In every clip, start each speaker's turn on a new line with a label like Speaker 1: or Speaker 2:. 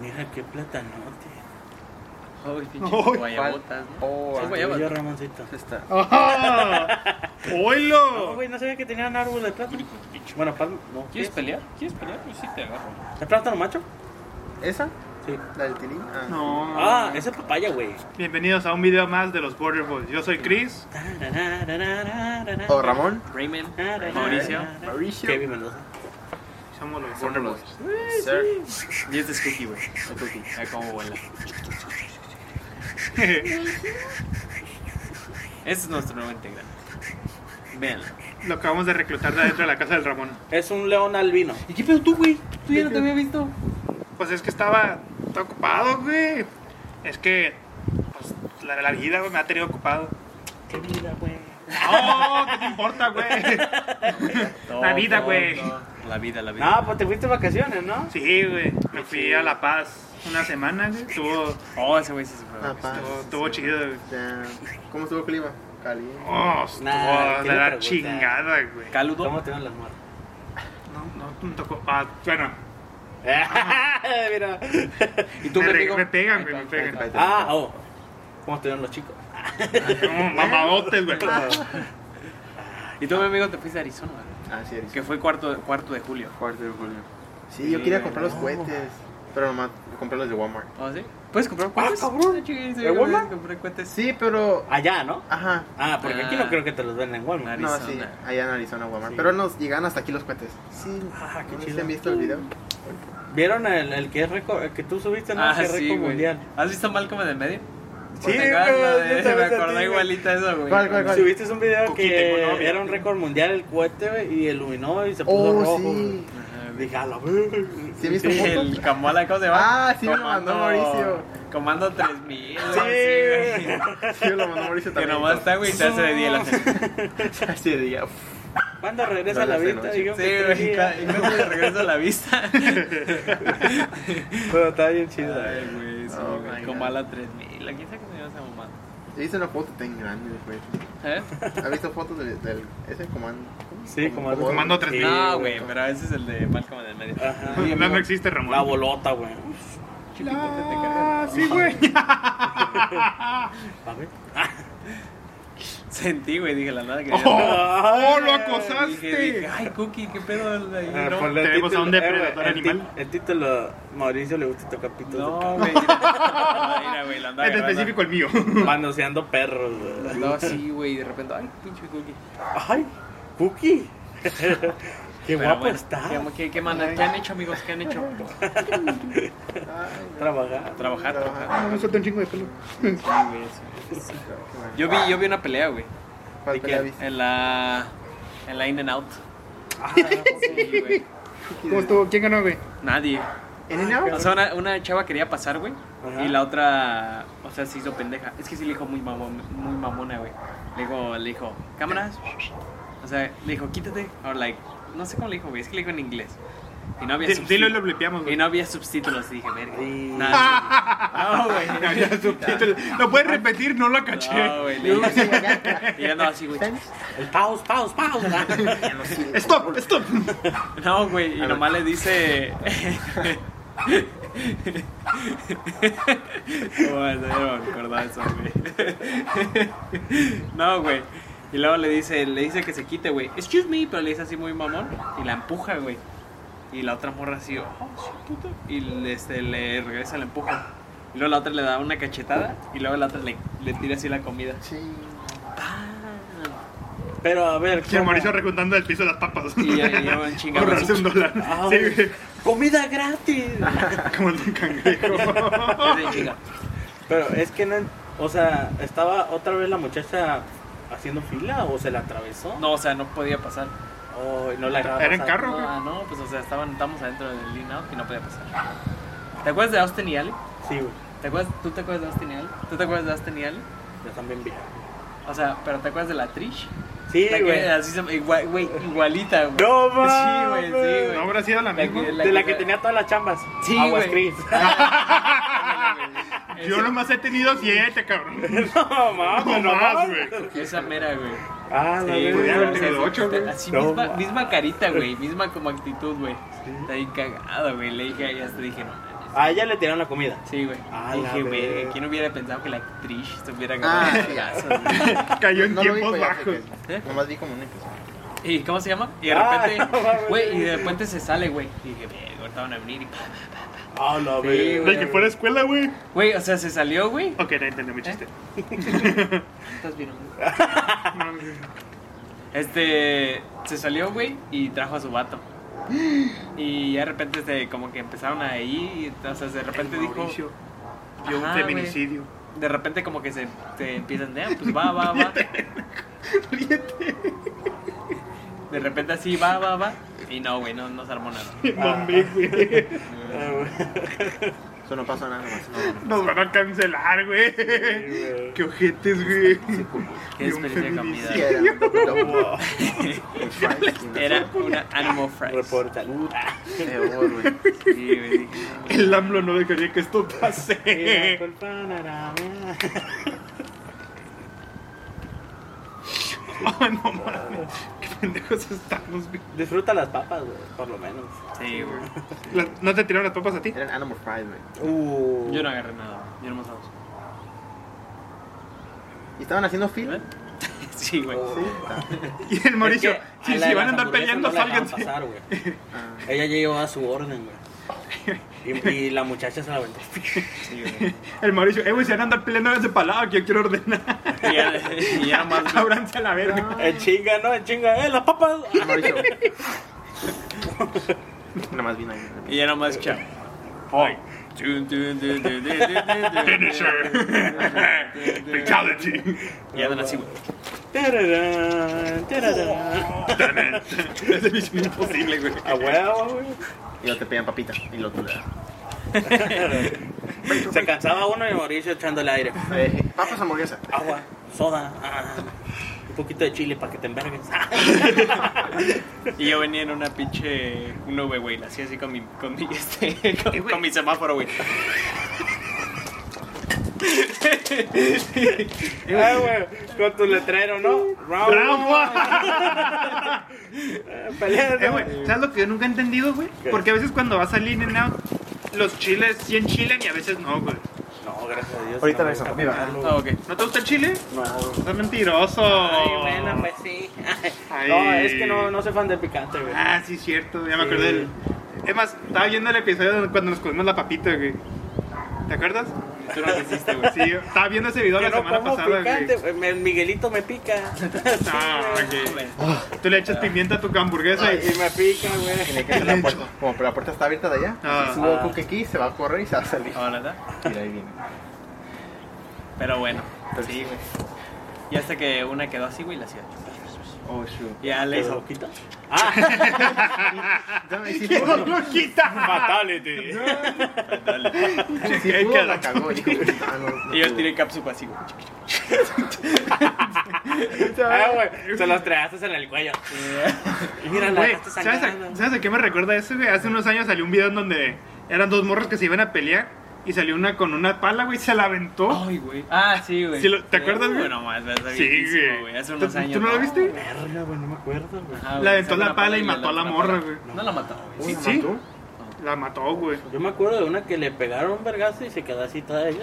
Speaker 1: Mira qué platanote.
Speaker 2: Ay, pinche
Speaker 3: Ay,
Speaker 2: guayabotas, ¿no?
Speaker 3: Oh,
Speaker 2: Son
Speaker 3: ah,
Speaker 2: guayabas.
Speaker 1: Yo, Ramoncito.
Speaker 2: Está.
Speaker 3: ¡Ah!
Speaker 1: No,
Speaker 3: ¡Oilo!
Speaker 1: güey, no sabía que tenían árbol de plátano. Bueno, palma, no.
Speaker 4: ¿Quieres pelear? ¿Quieres pelear? Pues sí te agarro.
Speaker 1: ¿De plátano macho?
Speaker 2: ¿Esa?
Speaker 1: Sí.
Speaker 2: ¿La del tilín? Ah.
Speaker 3: No.
Speaker 1: Ah, esa es papaya, güey.
Speaker 3: Bienvenidos a un video más de los Border Boys. Yo soy Chris.
Speaker 2: ¿O Ramón?
Speaker 4: Raymond.
Speaker 2: Mauricio.
Speaker 1: Mauricio.
Speaker 2: Mauricio.
Speaker 1: Kevin Mendoza.
Speaker 3: Somos los
Speaker 4: Son
Speaker 3: Border
Speaker 4: los-
Speaker 3: Boys.
Speaker 2: Sir.
Speaker 4: 10 de Scooby, güey. El Cookie. Ay, cómo vuela. Este es nuestro nuevo integrante. Vean.
Speaker 3: Lo acabamos de reclutar de adentro de la casa del Ramón.
Speaker 1: Es un león albino.
Speaker 4: ¿Y qué pedo tú, güey? Tú ya no te había visto.
Speaker 3: Pues es que estaba estaba ocupado, güey. Es que pues, la, la vida, güey, me ha tenido ocupado.
Speaker 1: Qué vida, güey.
Speaker 3: ¡Oh! ¿Qué te importa, güey? La vida, güey.
Speaker 4: La vida, la vida.
Speaker 1: No, pues te fuiste de vacaciones, ¿no?
Speaker 3: Sí, güey. Me fui a La Paz una semana, güey. Estuvo,
Speaker 4: Oh, ese güey sí se fue.
Speaker 2: Ah, pa.
Speaker 3: estuvo, estuvo chido, güey.
Speaker 2: Ya. ¿Cómo estuvo el clima? Caliente.
Speaker 3: Oh, estuvo
Speaker 1: Nah, ¿qué
Speaker 3: de
Speaker 1: le
Speaker 3: la
Speaker 1: preguntas?
Speaker 3: chingada, güey.
Speaker 4: Caludo.
Speaker 1: ¿Cómo te van las muertes?
Speaker 3: No, no, me tocó. Ah, bueno,
Speaker 1: Mira.
Speaker 4: ¿Y tú,
Speaker 3: me,
Speaker 4: mi
Speaker 3: re-
Speaker 4: amigo?
Speaker 3: me pegan, güey,
Speaker 4: Ahí
Speaker 3: me
Speaker 4: está,
Speaker 3: pegan.
Speaker 2: Ahí está.
Speaker 1: Ah, oh. ¿Cómo estuvieron los chicos? Ah,
Speaker 3: No, mamadotes, güey.
Speaker 4: ¿Y tú, mi amigo, te fuiste a Arizona? güey?
Speaker 2: Ah, sí, eres.
Speaker 4: Que fue cuarto, cuarto de julio.
Speaker 2: Cuarto de julio. Sí, yo quería comprar los cohetes. Pero nomás compré los de Walmart.
Speaker 4: ¿Oh, sí? ¿Puedes comprar cuates?
Speaker 1: Ah, cabrón.
Speaker 4: ¿De
Speaker 1: ¿De Walmart?
Speaker 4: Compré cuates.
Speaker 2: Sí, pero.
Speaker 1: Allá, ¿no?
Speaker 2: Ajá.
Speaker 1: Ah, porque aquí no
Speaker 4: Ah.
Speaker 1: creo que te los den en Walmart.
Speaker 2: No, sí,
Speaker 4: Arizona.
Speaker 2: allá en Arizona, Walmart.
Speaker 1: Sí.
Speaker 2: Pero nos llegan hasta aquí los cohetes. Sí,
Speaker 1: Ah, qué
Speaker 2: ¿no
Speaker 1: chido.
Speaker 2: ¿Se han visto el video?
Speaker 1: ¿Vieron el, el que es récord, el que tú subiste, no? que es récord
Speaker 4: Ah, güey.
Speaker 1: mundial.
Speaker 4: ¿Has visto Malcolm en el medio?
Speaker 1: Sí,
Speaker 4: Te acuerdas,
Speaker 1: güey,
Speaker 4: la de-
Speaker 1: yo también
Speaker 4: Me
Speaker 1: sentí,
Speaker 4: acordé
Speaker 1: güey.
Speaker 4: igualita eso, güey.
Speaker 2: ¿Cuál, cuál, cuál?
Speaker 1: Subiste un video
Speaker 3: Coquita,
Speaker 1: que
Speaker 3: economía.
Speaker 1: era un récord mundial el cohete güey, y iluminó y se puso
Speaker 2: Oh,
Speaker 1: rojo.
Speaker 4: Ajá,
Speaker 2: sí.
Speaker 1: güey.
Speaker 4: güey.
Speaker 1: Dije, a la
Speaker 2: ¿Sí he visto
Speaker 4: El
Speaker 2: fotos?
Speaker 4: Kamala, ¿cómo se llama?
Speaker 2: Ah, sí, me lo mandó Mauricio.
Speaker 4: Comando 3000. güey,
Speaker 1: Sí.
Speaker 4: Sí, güey.
Speaker 2: Sí, lo mandó Mauricio
Speaker 4: Que
Speaker 2: también.
Speaker 4: nomás está, güey, se hace de día la gente.
Speaker 2: Así de día.
Speaker 1: Cuando regresa
Speaker 2: No,
Speaker 1: la
Speaker 2: ya se
Speaker 1: vista,
Speaker 2: noche.
Speaker 1: digo,
Speaker 4: Sí,
Speaker 1: que
Speaker 4: güey.
Speaker 1: tenía.
Speaker 4: ca- Y luego de regreso a la vista.
Speaker 1: Pero está bien chido. güey.
Speaker 4: Ay, güey, sí,
Speaker 2: Oh, my
Speaker 4: güey.
Speaker 2: God.
Speaker 4: Comala 3000. ¿A quién sabe que se llama esa mamá?
Speaker 2: Yo hice una foto tan grande después.
Speaker 4: ¿Eh?
Speaker 2: ¿Has visto fotos del, del ese comando? ¿cómo?
Speaker 1: Sí, comando.
Speaker 3: Comando
Speaker 1: Sí,
Speaker 3: 3000.
Speaker 4: No, güey, pero ese es el de Malcolm en el medio.
Speaker 2: Ah.
Speaker 1: Ajá.
Speaker 3: No, no existe, Ramón.
Speaker 1: La bolota, güey.
Speaker 4: Chiquito que te
Speaker 3: Ah,
Speaker 4: carga.
Speaker 3: sí, güey.
Speaker 1: A ver.
Speaker 4: Sentí, güey, dije la nada que.
Speaker 3: Oh,
Speaker 1: Ay,
Speaker 3: lo
Speaker 4: Dije, dije,
Speaker 3: acosaste.
Speaker 4: ay, Cookie, qué pedo. la-
Speaker 1: Ah,
Speaker 4: no,
Speaker 1: ponle el
Speaker 3: tenemos a un
Speaker 1: título,
Speaker 3: depredador
Speaker 1: eh, güey, el
Speaker 3: animal.
Speaker 1: ti- El título, Mauricio le gusta tocar pitos de
Speaker 4: no,
Speaker 1: cabra.
Speaker 4: güey. Mira, güey, la andaba
Speaker 3: En específico el mío.
Speaker 1: Manoseando perros, güey.
Speaker 4: No, sí, güey, y de repente, ay, pinche Cookie.
Speaker 1: Ay, Cookie. Qué
Speaker 4: Pero
Speaker 1: guapo
Speaker 4: bueno,
Speaker 1: está.
Speaker 4: ¿Qué, qué, qué, manda- qué han hecho, amigos? ¿Qué han hecho?
Speaker 1: Trabajar.
Speaker 4: Trabajar, trabajar.
Speaker 3: Ah, me suelta un chingo de pelo.
Speaker 4: Sí, güey, sí. Yo vi, yo vi una pelea, güey.
Speaker 2: ¿Cuál
Speaker 4: ¿De
Speaker 2: pelea
Speaker 4: qué?
Speaker 2: viste?
Speaker 4: En la. En la In and Out.
Speaker 1: Ah,
Speaker 4: Sí, güey.
Speaker 3: ¿Cómo estuvo? ¿Quién ganó, güey?
Speaker 4: Nadie.
Speaker 2: ¿En el
Speaker 4: O sea, una, una chava quería pasar, güey.
Speaker 1: Ajá.
Speaker 4: Y la otra, o sea, se hizo pendeja. Es que sí le dijo muy, mamón, muy mamona, güey. Le dijo, le dijo, cámaras. O sea, le dijo, quítate. O like, no sé cómo le dijo, güey. Es que le dijo en inglés. Y no había
Speaker 3: D- Dilo y lo
Speaker 4: subtítulos.
Speaker 3: blipeamos,
Speaker 4: Y
Speaker 3: güey.
Speaker 4: no había subtítulos. Y dije, verga.
Speaker 1: Sí.
Speaker 4: Nada, sí, güey.
Speaker 3: Ya, ya, subtítulo. ¿Lo puedes repetir? No lo
Speaker 4: No,
Speaker 3: caché.
Speaker 4: güey. le dije- Y yo andaba así, güey.
Speaker 1: El paus, paus, paus.
Speaker 3: Stop, stop.
Speaker 4: No, güey, y
Speaker 2: ver.
Speaker 4: nomás le dice. Bueno, yo no me acordaba eso, güey. No, güey. Y luego le dice, le dice que se quite, güey. Excuse me, pero le dice así muy mamón. Y la empuja, güey. Y la otra morra así, oh, sí, puta. Y le, este, le regresa la empuja. Y luego la otra le da una cachetada. Y luego la otra le, le tira así la comida.
Speaker 2: Sí.
Speaker 1: Pero a ver,
Speaker 3: Y el
Speaker 1: ¿cómo?
Speaker 3: Mauricio rejuntando del piso las papas.
Speaker 4: Y ya ya van chingando.
Speaker 3: Ahorrarse un dólar.
Speaker 1: Ah,
Speaker 3: Sí,
Speaker 1: güey.
Speaker 3: güey.
Speaker 1: Comida gratis.
Speaker 3: Como el cangrejo.
Speaker 4: Es de chinga.
Speaker 1: Pero es que no, o sea, estaba otra vez la muchacha haciendo fila o se la atravesó.
Speaker 4: No, o sea, no podía pasar.
Speaker 1: Oh, y no la dejaba
Speaker 3: ¿Era en
Speaker 1: pasar.
Speaker 3: carro, güey?
Speaker 4: Ah, no, pues o sea, estaban, estábamos adentro del in out y no podía pasar. ¿Te acuerdas de Austin y Ale?
Speaker 1: Sí, güey.
Speaker 4: ¿Te acuerdas, ¿Tú te acuerdas de Austin y Ale? ¿Tú te acuerdas de Austin y Ale?
Speaker 1: Ya están bien viejas.
Speaker 4: O sea, pero ¿te acuerdas de la Trish?
Speaker 1: Sí,
Speaker 4: La que
Speaker 1: güey.
Speaker 4: así se- igual- güey, igualita, güey.
Speaker 1: No
Speaker 4: Sí, güey, sí,
Speaker 1: mames.
Speaker 4: güey.
Speaker 3: ¿No habrá sido la misma?
Speaker 4: que-
Speaker 1: De la que tenía todas las chambas.
Speaker 4: Sí,
Speaker 1: Aguas
Speaker 4: güey. Ah.
Speaker 1: Cris.
Speaker 3: Yo nomás he tenido siete, cabrón.
Speaker 1: no mames,
Speaker 3: No
Speaker 1: no
Speaker 3: más,
Speaker 1: mames.
Speaker 3: güey.
Speaker 4: Esa mera, güey.
Speaker 1: Ah, la
Speaker 4: Sí,
Speaker 1: verga.
Speaker 4: güey.
Speaker 3: güey,
Speaker 4: o sea,
Speaker 3: tenido
Speaker 4: sí,
Speaker 3: ocho,
Speaker 4: te-
Speaker 3: güey.
Speaker 4: Así
Speaker 1: No,
Speaker 4: misma,
Speaker 1: ma-
Speaker 4: misma carita, güey. Misma como actitud, güey. Está ahí cagada, güey. Le dije, ya te dije, no.
Speaker 1: A ella le tiraron la comida.
Speaker 4: Sí, güey.
Speaker 1: Ah, la
Speaker 4: Dije, güey,
Speaker 1: verga.
Speaker 4: ¿quién hubiera pensado que la actriz estuviera
Speaker 2: Ah,
Speaker 4: agarrando
Speaker 2: sí,
Speaker 4: madrazos,
Speaker 3: Cayó en
Speaker 2: No lo vi,
Speaker 3: tiempos
Speaker 2: pues, ya sé
Speaker 3: bajos.
Speaker 2: que-
Speaker 4: ¿Eh?
Speaker 2: Nomás vi como un episodio.
Speaker 4: güey? ¿Y cómo se llama? Y de
Speaker 1: Ah,
Speaker 4: repente,
Speaker 1: mames.
Speaker 4: güey, y de repente se sale, güey. Y dije, "Verga, ahorita van a venir y pa, pa, pa".
Speaker 1: Ah, la
Speaker 4: Sí,
Speaker 1: verga.
Speaker 4: güey.
Speaker 3: De que fuera a escuela, güey.
Speaker 4: Güey, o sea, se salió, güey.
Speaker 3: Ok, no entendí mi chiste.
Speaker 4: Estás bien, güey.
Speaker 3: No,
Speaker 4: Este, se salió, güey, y trajo a su vato. Y ya de repente, este, como que empezaron ahí, y, o sea, de repente
Speaker 3: el
Speaker 4: dijo...
Speaker 3: Mauricio Vio un
Speaker 4: Ajá,
Speaker 3: feminicidio.
Speaker 4: güey. De repente como que se, se empiezan de, ah, pues va, va, va. De repente así, va, va, va. Y no, güey, no, no se armó nada.
Speaker 3: Mami, güey.
Speaker 1: Ah, güey.
Speaker 2: Eso no pasa nada más. no.
Speaker 3: Nos van a cancelar, güey.
Speaker 1: güey.
Speaker 3: Qué ojetes, güey.
Speaker 4: Qué
Speaker 3: Y un
Speaker 4: experiencia
Speaker 3: feminicidio.
Speaker 4: comida.
Speaker 2: Sí, era un double-
Speaker 1: Wow.
Speaker 2: con fries y una
Speaker 4: Era una animal fries.
Speaker 1: Reporta.
Speaker 2: peor, güey.
Speaker 4: Sí, güey, dije, no, güey.
Speaker 3: El AMLO no dejaría que esto
Speaker 1: Mira,
Speaker 3: pase.
Speaker 1: con panorama.
Speaker 3: Ay, no mames. Qué pendejos estamos, güey.
Speaker 1: Disfruta las papas, güey, por lo menos.
Speaker 4: Sí, güey.
Speaker 3: La- ¿No te tiraron las papas a ti?
Speaker 2: Eran animal fries, güey.
Speaker 1: Uh.
Speaker 4: Yo no agarré nada, yo no más hago.
Speaker 2: ¿Y estaban haciendo
Speaker 3: ¿Eh?
Speaker 2: fila?
Speaker 4: Sí, güey.
Speaker 3: Oh.
Speaker 2: Sí. está.
Speaker 3: Y el
Speaker 1: Oh.
Speaker 3: Mauricio,
Speaker 1: Es que
Speaker 3: si
Speaker 1: la
Speaker 3: si
Speaker 1: de
Speaker 3: van a
Speaker 1: las
Speaker 3: andar
Speaker 1: hamburguesas
Speaker 3: peleando,
Speaker 1: no la dejaban
Speaker 3: sálganse.
Speaker 1: pasar, güey.
Speaker 2: Ah,
Speaker 1: Ella ya llevaba su orden, güey. Y, y la muchacha se la aventó.
Speaker 4: Sí, güey.
Speaker 3: El Mauricio, eh, güey, si van a andar peleando, háganse para lado, que yo quiero ordenar.
Speaker 4: Y ya, y ya más.
Speaker 3: Ábranse a la verga.
Speaker 1: En chinga, ¿no? En chinga. ¡Eh, las papas!
Speaker 2: Mauricio. Nada más vino ahí.
Speaker 4: Y ya nomás Oh. escuchaba.
Speaker 3: Fatality.
Speaker 4: Y andan así, güey.
Speaker 1: Tararán, tararán.
Speaker 3: Ese bicho es imposible, güey.
Speaker 1: A huevo, güey.
Speaker 2: Y luego te pedían papita. Y lo tú le das.
Speaker 1: Se cansaba uno y Mauricio echándole aire.
Speaker 2: Eh, Papas hamburguesa.
Speaker 1: Agua, soda, ah, un poquito de chile para que te envergues.
Speaker 4: Y yo venía en una pinche. Un V, güey. La hacía así con mi. Con mi, este, con,
Speaker 3: Eh, güey.
Speaker 4: con mi semáforo, güey.
Speaker 1: Ay, Eh, güey, con tu letrero, ¿no?
Speaker 3: ¡Bravo!
Speaker 1: Eh, pelea,
Speaker 3: Eh,
Speaker 1: ¿no?
Speaker 3: güey, ¿sabes lo que yo nunca he entendido, güey?
Speaker 1: ¿Qué?
Speaker 3: Porque a veces cuando vas al In and Out, los chiles sí enchilan y a veces no, güey.
Speaker 1: No, gracias a Dios.
Speaker 2: Ahorita
Speaker 1: no me
Speaker 2: regreso,
Speaker 1: gusta
Speaker 2: viva.
Speaker 1: probarlo,
Speaker 4: Ah,
Speaker 1: güey.
Speaker 4: ok.
Speaker 3: ¿No te gusta el chile?
Speaker 1: No, güey.
Speaker 3: Estás mentiroso.
Speaker 1: Ay, bueno, pues sí.
Speaker 3: Ay.
Speaker 1: No, es que no, no soy fan del picante, güey.
Speaker 3: Ah, sí, cierto, ya me
Speaker 1: Sí.
Speaker 3: acordé del. Es más, estaba viendo el episodio donde- cuando nos comimos la papita, güey. ¿Te acuerdas?
Speaker 4: Tú no lo hiciste, güey.
Speaker 3: Sí, yo estaba viendo ese video
Speaker 1: Yo
Speaker 3: la
Speaker 1: no
Speaker 3: semana
Speaker 1: como
Speaker 3: pasada,
Speaker 1: picante,
Speaker 3: güey.
Speaker 1: güey. Me- el Miguelito me pica. Sí,
Speaker 3: Ah,
Speaker 1: güey.
Speaker 4: ok.
Speaker 3: Tú le echas pimienta a tu hamburguesa y.
Speaker 1: Y me pica,
Speaker 2: Y le
Speaker 1: güey.
Speaker 2: caes en la puerta. Como pero la puerta está abierta de allá.
Speaker 3: Ah.
Speaker 2: Si subo
Speaker 1: Ah.
Speaker 2: Cook aquí, se va a correr y se va a salir.
Speaker 4: Ahora, ¿verdad?
Speaker 2: Y de Ah, ahí viene.
Speaker 4: Pero bueno.
Speaker 2: Pero
Speaker 4: Sí, güey. Y hasta que una quedó así, güey, la hacía.
Speaker 2: Oh, shoot.
Speaker 4: Y Ya le
Speaker 1: ¿Qué
Speaker 4: hizo.
Speaker 1: boquita? Ah,
Speaker 2: Dame, Ah, si
Speaker 3: ¡Qué
Speaker 2: pudo,
Speaker 3: loquita!
Speaker 1: fatality.
Speaker 2: si
Speaker 3: Qué
Speaker 2: pudo, la
Speaker 3: carajo.
Speaker 2: cagó. Dijo, "Ah, no, no
Speaker 4: Y yo
Speaker 2: pudo".
Speaker 4: tiré cápsula así, güey.
Speaker 1: Ah, güey, se los trajaste en el cuello. Y mira, la
Speaker 3: Pues, Güey,
Speaker 1: dejaste
Speaker 3: ¿sabes,
Speaker 1: sangrando.
Speaker 3: a, ¿sabes a qué me recuerda eso, güey? Hace unos años salió un video en donde eran dos morros que se iban a pelear y salió una con una pala, güey, se la aventó.
Speaker 4: Ay, güey. Ah, sí, güey.
Speaker 3: Sí, lo- ¿te acuerdas, güey?
Speaker 4: güey? No, más, más,
Speaker 3: Sí,
Speaker 4: viejísimo,
Speaker 3: güey.
Speaker 4: güey. Hace
Speaker 3: ¿Tú-
Speaker 4: unos años.
Speaker 3: ¿Tú no lo viste?
Speaker 1: Verga, güey, no me acuerdo, güey.
Speaker 4: Ajá, güey,
Speaker 3: Le aventó
Speaker 4: sacó
Speaker 3: la
Speaker 4: una
Speaker 3: pala y
Speaker 4: le
Speaker 3: mató a la
Speaker 4: una
Speaker 3: morra,
Speaker 4: pala.
Speaker 3: güey.
Speaker 4: No la mató, güey.
Speaker 3: Sí,
Speaker 2: Uy, la
Speaker 3: sí.
Speaker 2: mató.
Speaker 3: La mató, güey.
Speaker 1: Yo me acuerdo de una que le pegaron un vergazo y se quedó así toda. "Eh,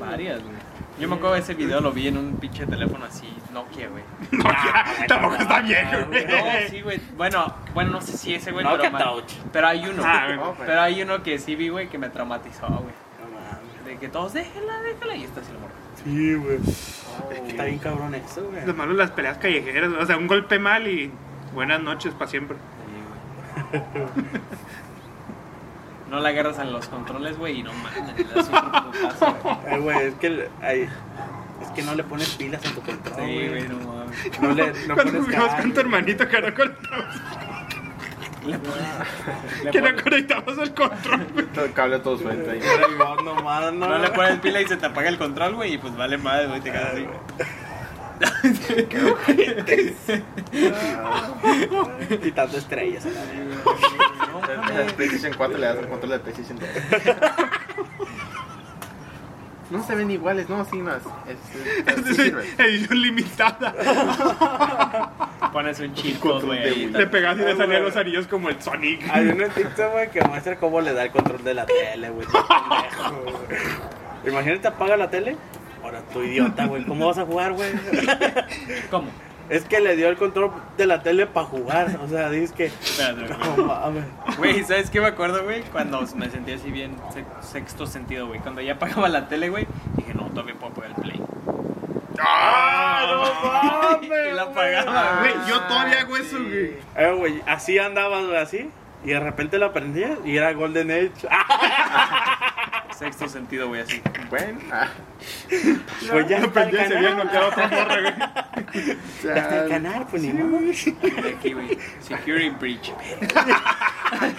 Speaker 4: Varias, güey. Yo me acuerdo de ese video, lo vi en un pinche teléfono así, Nokia, güey.
Speaker 3: No, ya, tampoco está viejo, güey.
Speaker 4: No, sí, güey. Bueno, bueno, no sé si ese, güey,
Speaker 1: Nokia
Speaker 4: pero, man-
Speaker 1: Touch.
Speaker 4: pero hay uno.
Speaker 3: Ah,
Speaker 4: güey.
Speaker 2: güey.
Speaker 4: pero hay uno que sí vi, güey, que me traumatizó, güey.
Speaker 1: No mames.
Speaker 4: De que todos, déjela, déjala, y esta sí la morra.
Speaker 1: Sí, güey. Está bien cabrón eso, güey.
Speaker 3: Lo malo de las peleas callejeras, o sea, un golpe mal y buenas noches para siempre.
Speaker 4: Sí, güey. No la agarras a los controles, güey, y no mames, le das un putazo, güey.
Speaker 1: Ay, güey, es que, el- ay, es que no le pones pilas a tu control,
Speaker 4: Sí, güey,
Speaker 1: güey.
Speaker 4: no mames.
Speaker 1: No le no
Speaker 3: Cuando
Speaker 1: pones
Speaker 3: jugamos
Speaker 1: gas,
Speaker 3: con tu
Speaker 1: güey.
Speaker 3: hermanito que no conectamos,
Speaker 4: Le pones- le
Speaker 3: que no
Speaker 4: pones-
Speaker 3: conectamos el control, güey.
Speaker 2: Todo el cable todo suelto ahí.
Speaker 1: Ay, no, no, mames, no.
Speaker 4: No le pones pila y se te apaga el control, güey, y pues vale madre, güey, te quedas así.
Speaker 1: Quitando estrellas. a la verga.
Speaker 4: No,
Speaker 2: En el
Speaker 4: mames.
Speaker 2: PlayStation 4 le das el control de PlayStation 2. No Este, se ven iguales, no, sí, más. Es, es- sí
Speaker 3: Es
Speaker 2: sirve.
Speaker 3: edición limitada.
Speaker 4: pones un chico,
Speaker 2: control de
Speaker 4: güey.
Speaker 2: Wii.
Speaker 3: Le pegas y le
Speaker 1: Ah,
Speaker 3: salían
Speaker 1: güey.
Speaker 3: los anillos como el Sonic.
Speaker 1: Hay un TikTok, güey, que muestra cómo le da el control de la tele, güey. Pendejo, güey. Imagínate, apaga la tele. Ahora tú, idiota, güey. ¿Cómo vas a jugar, güey?
Speaker 4: ¿Cómo?
Speaker 1: Es que le dio el control de la tele para jugar. O sea, dices que.
Speaker 4: Espérate, güey.
Speaker 1: No mames.
Speaker 4: Güey, ¿sabes qué me acuerdo, güey? Cuando me sentí así bien sec- sexto sentido, güey. Cuando ya apagaba la tele, güey, dije, no, todavía puedo poner el play.
Speaker 3: ¡Ah, no mames!
Speaker 4: Y la apagaba,
Speaker 3: güey.
Speaker 4: Ah, güey.
Speaker 3: Güey, yo todavía
Speaker 2: Ah,
Speaker 3: hago eso, güey.
Speaker 1: Eh, güey, así andabas, güey, así. Y de repente la prendías y era Golden Age. Ah,
Speaker 4: Sexto sentido, güey, así.
Speaker 2: Bueno, ah,
Speaker 1: pues ya
Speaker 3: No
Speaker 1: está el
Speaker 3: pensé se había
Speaker 1: canal.
Speaker 3: encontrado otra morra, güey.
Speaker 1: Ya está el canal, pues ni modo.
Speaker 4: De aquí, güey. Security breach.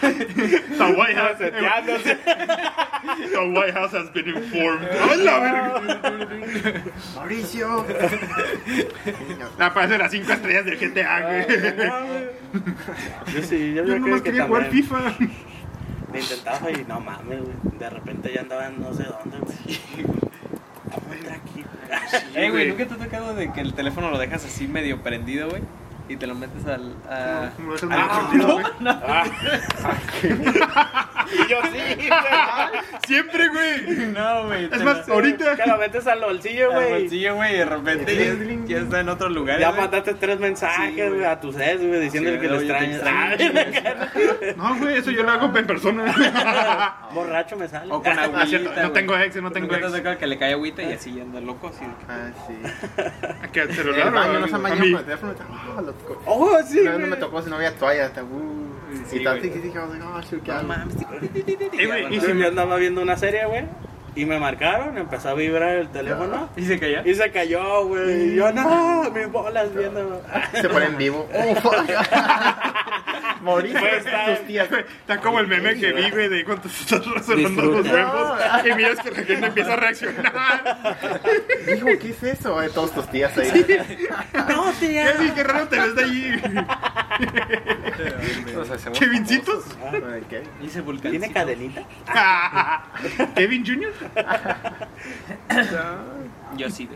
Speaker 3: The White House,
Speaker 1: Seteándose.
Speaker 3: the White House has been informed. Ah. ¡A la verga!
Speaker 2: Mauricio.
Speaker 3: Aparecen las 5 estrellas del GTA, güey.
Speaker 1: Yo sí, yo,
Speaker 3: Yo
Speaker 1: creo
Speaker 3: Ah. nomás
Speaker 1: que
Speaker 3: quería jugar
Speaker 1: también
Speaker 3: FIFA.
Speaker 1: Le intentaba y no mames, güey. De repente ya andaba en no sé dónde, güey. Muy tranquilo.
Speaker 4: Eh, güey, ¿nunca te ha tocado de que el teléfono lo dejas así medio prendido, güey? Y te lo metes al... A...
Speaker 3: Como lo dejas
Speaker 4: al-
Speaker 3: medio prendido, güey.
Speaker 1: Y yo sí, güey.
Speaker 3: Siempre, güey.
Speaker 4: No, güey. te
Speaker 3: Es más,
Speaker 4: lo-
Speaker 3: ahorita.
Speaker 1: Que lo metes al bolsillo,
Speaker 4: al
Speaker 1: güey.
Speaker 4: bolsillo, güey, y de repente ya, ya está en otro lugar.
Speaker 1: Ya
Speaker 4: güey.
Speaker 1: mandaste tres
Speaker 4: Sí,
Speaker 1: mensajes,
Speaker 4: güey.
Speaker 1: güey, a tus ex, güey, diciendo
Speaker 4: Sí,
Speaker 1: que
Speaker 4: güey,
Speaker 1: le
Speaker 4: yo te
Speaker 1: extrañas.
Speaker 4: extraño,
Speaker 1: Ah,
Speaker 3: No, güey, eso yo lo hago en persona.
Speaker 1: Borracho me sale.
Speaker 4: O con agüita,
Speaker 3: Ah, cierto, no
Speaker 4: güey.
Speaker 3: tengo ex, no tengo
Speaker 4: ¿Nunca te
Speaker 3: ex.
Speaker 4: ha tocado que le cae agüita y así anda loco, así de que...
Speaker 2: Ah, sí.
Speaker 3: ¿A qué? ¿Al
Speaker 2: En
Speaker 3: celular
Speaker 2: el
Speaker 3: o
Speaker 2: baño no se
Speaker 3: a
Speaker 2: han bañado
Speaker 3: mí?
Speaker 2: con el teléfono. Ah, lo tocó.
Speaker 1: Oh, sí.
Speaker 2: Una vez no
Speaker 1: güey.
Speaker 2: me tocó si no había toalla, tabú.
Speaker 4: Sí,
Speaker 2: y tanto
Speaker 4: güey.
Speaker 2: que dije, oh, no, sí, ¿qué
Speaker 4: No
Speaker 2: hago?
Speaker 4: mames.
Speaker 3: Eh, güey,
Speaker 1: Y
Speaker 4: Ya,
Speaker 1: si
Speaker 4: bueno.
Speaker 1: yo andaba viendo una serie, güey, y me marcaron, empezó a vibrar el teléfono.
Speaker 4: ¿Y se calla?
Speaker 1: Y se cayó, güey. Y yo, no, mis bolas viendo. güey.
Speaker 2: Se pone en vivo. Oh, fuck. Mauricio,
Speaker 1: Pues, está-
Speaker 2: tus tías.
Speaker 3: Güey, Está como el meme que vi, güey, de cuando se están razonando los
Speaker 1: Disfruta.
Speaker 3: huevos. Y miras que la gente empieza a reaccionar.
Speaker 2: Dijo, ¿qué es eso? Eh, todos tus tías ahí.
Speaker 1: No, tía.
Speaker 3: ¿Qué, güey? qué raro te ves de allí.
Speaker 2: Nos hacemos
Speaker 3: ¿Kevincitos?
Speaker 2: famosos. Ay, ¿Qué?
Speaker 4: Y se volcán.
Speaker 1: ¿Tiene cadenita?
Speaker 3: ¿Kevin Jr.?
Speaker 4: Yo así de...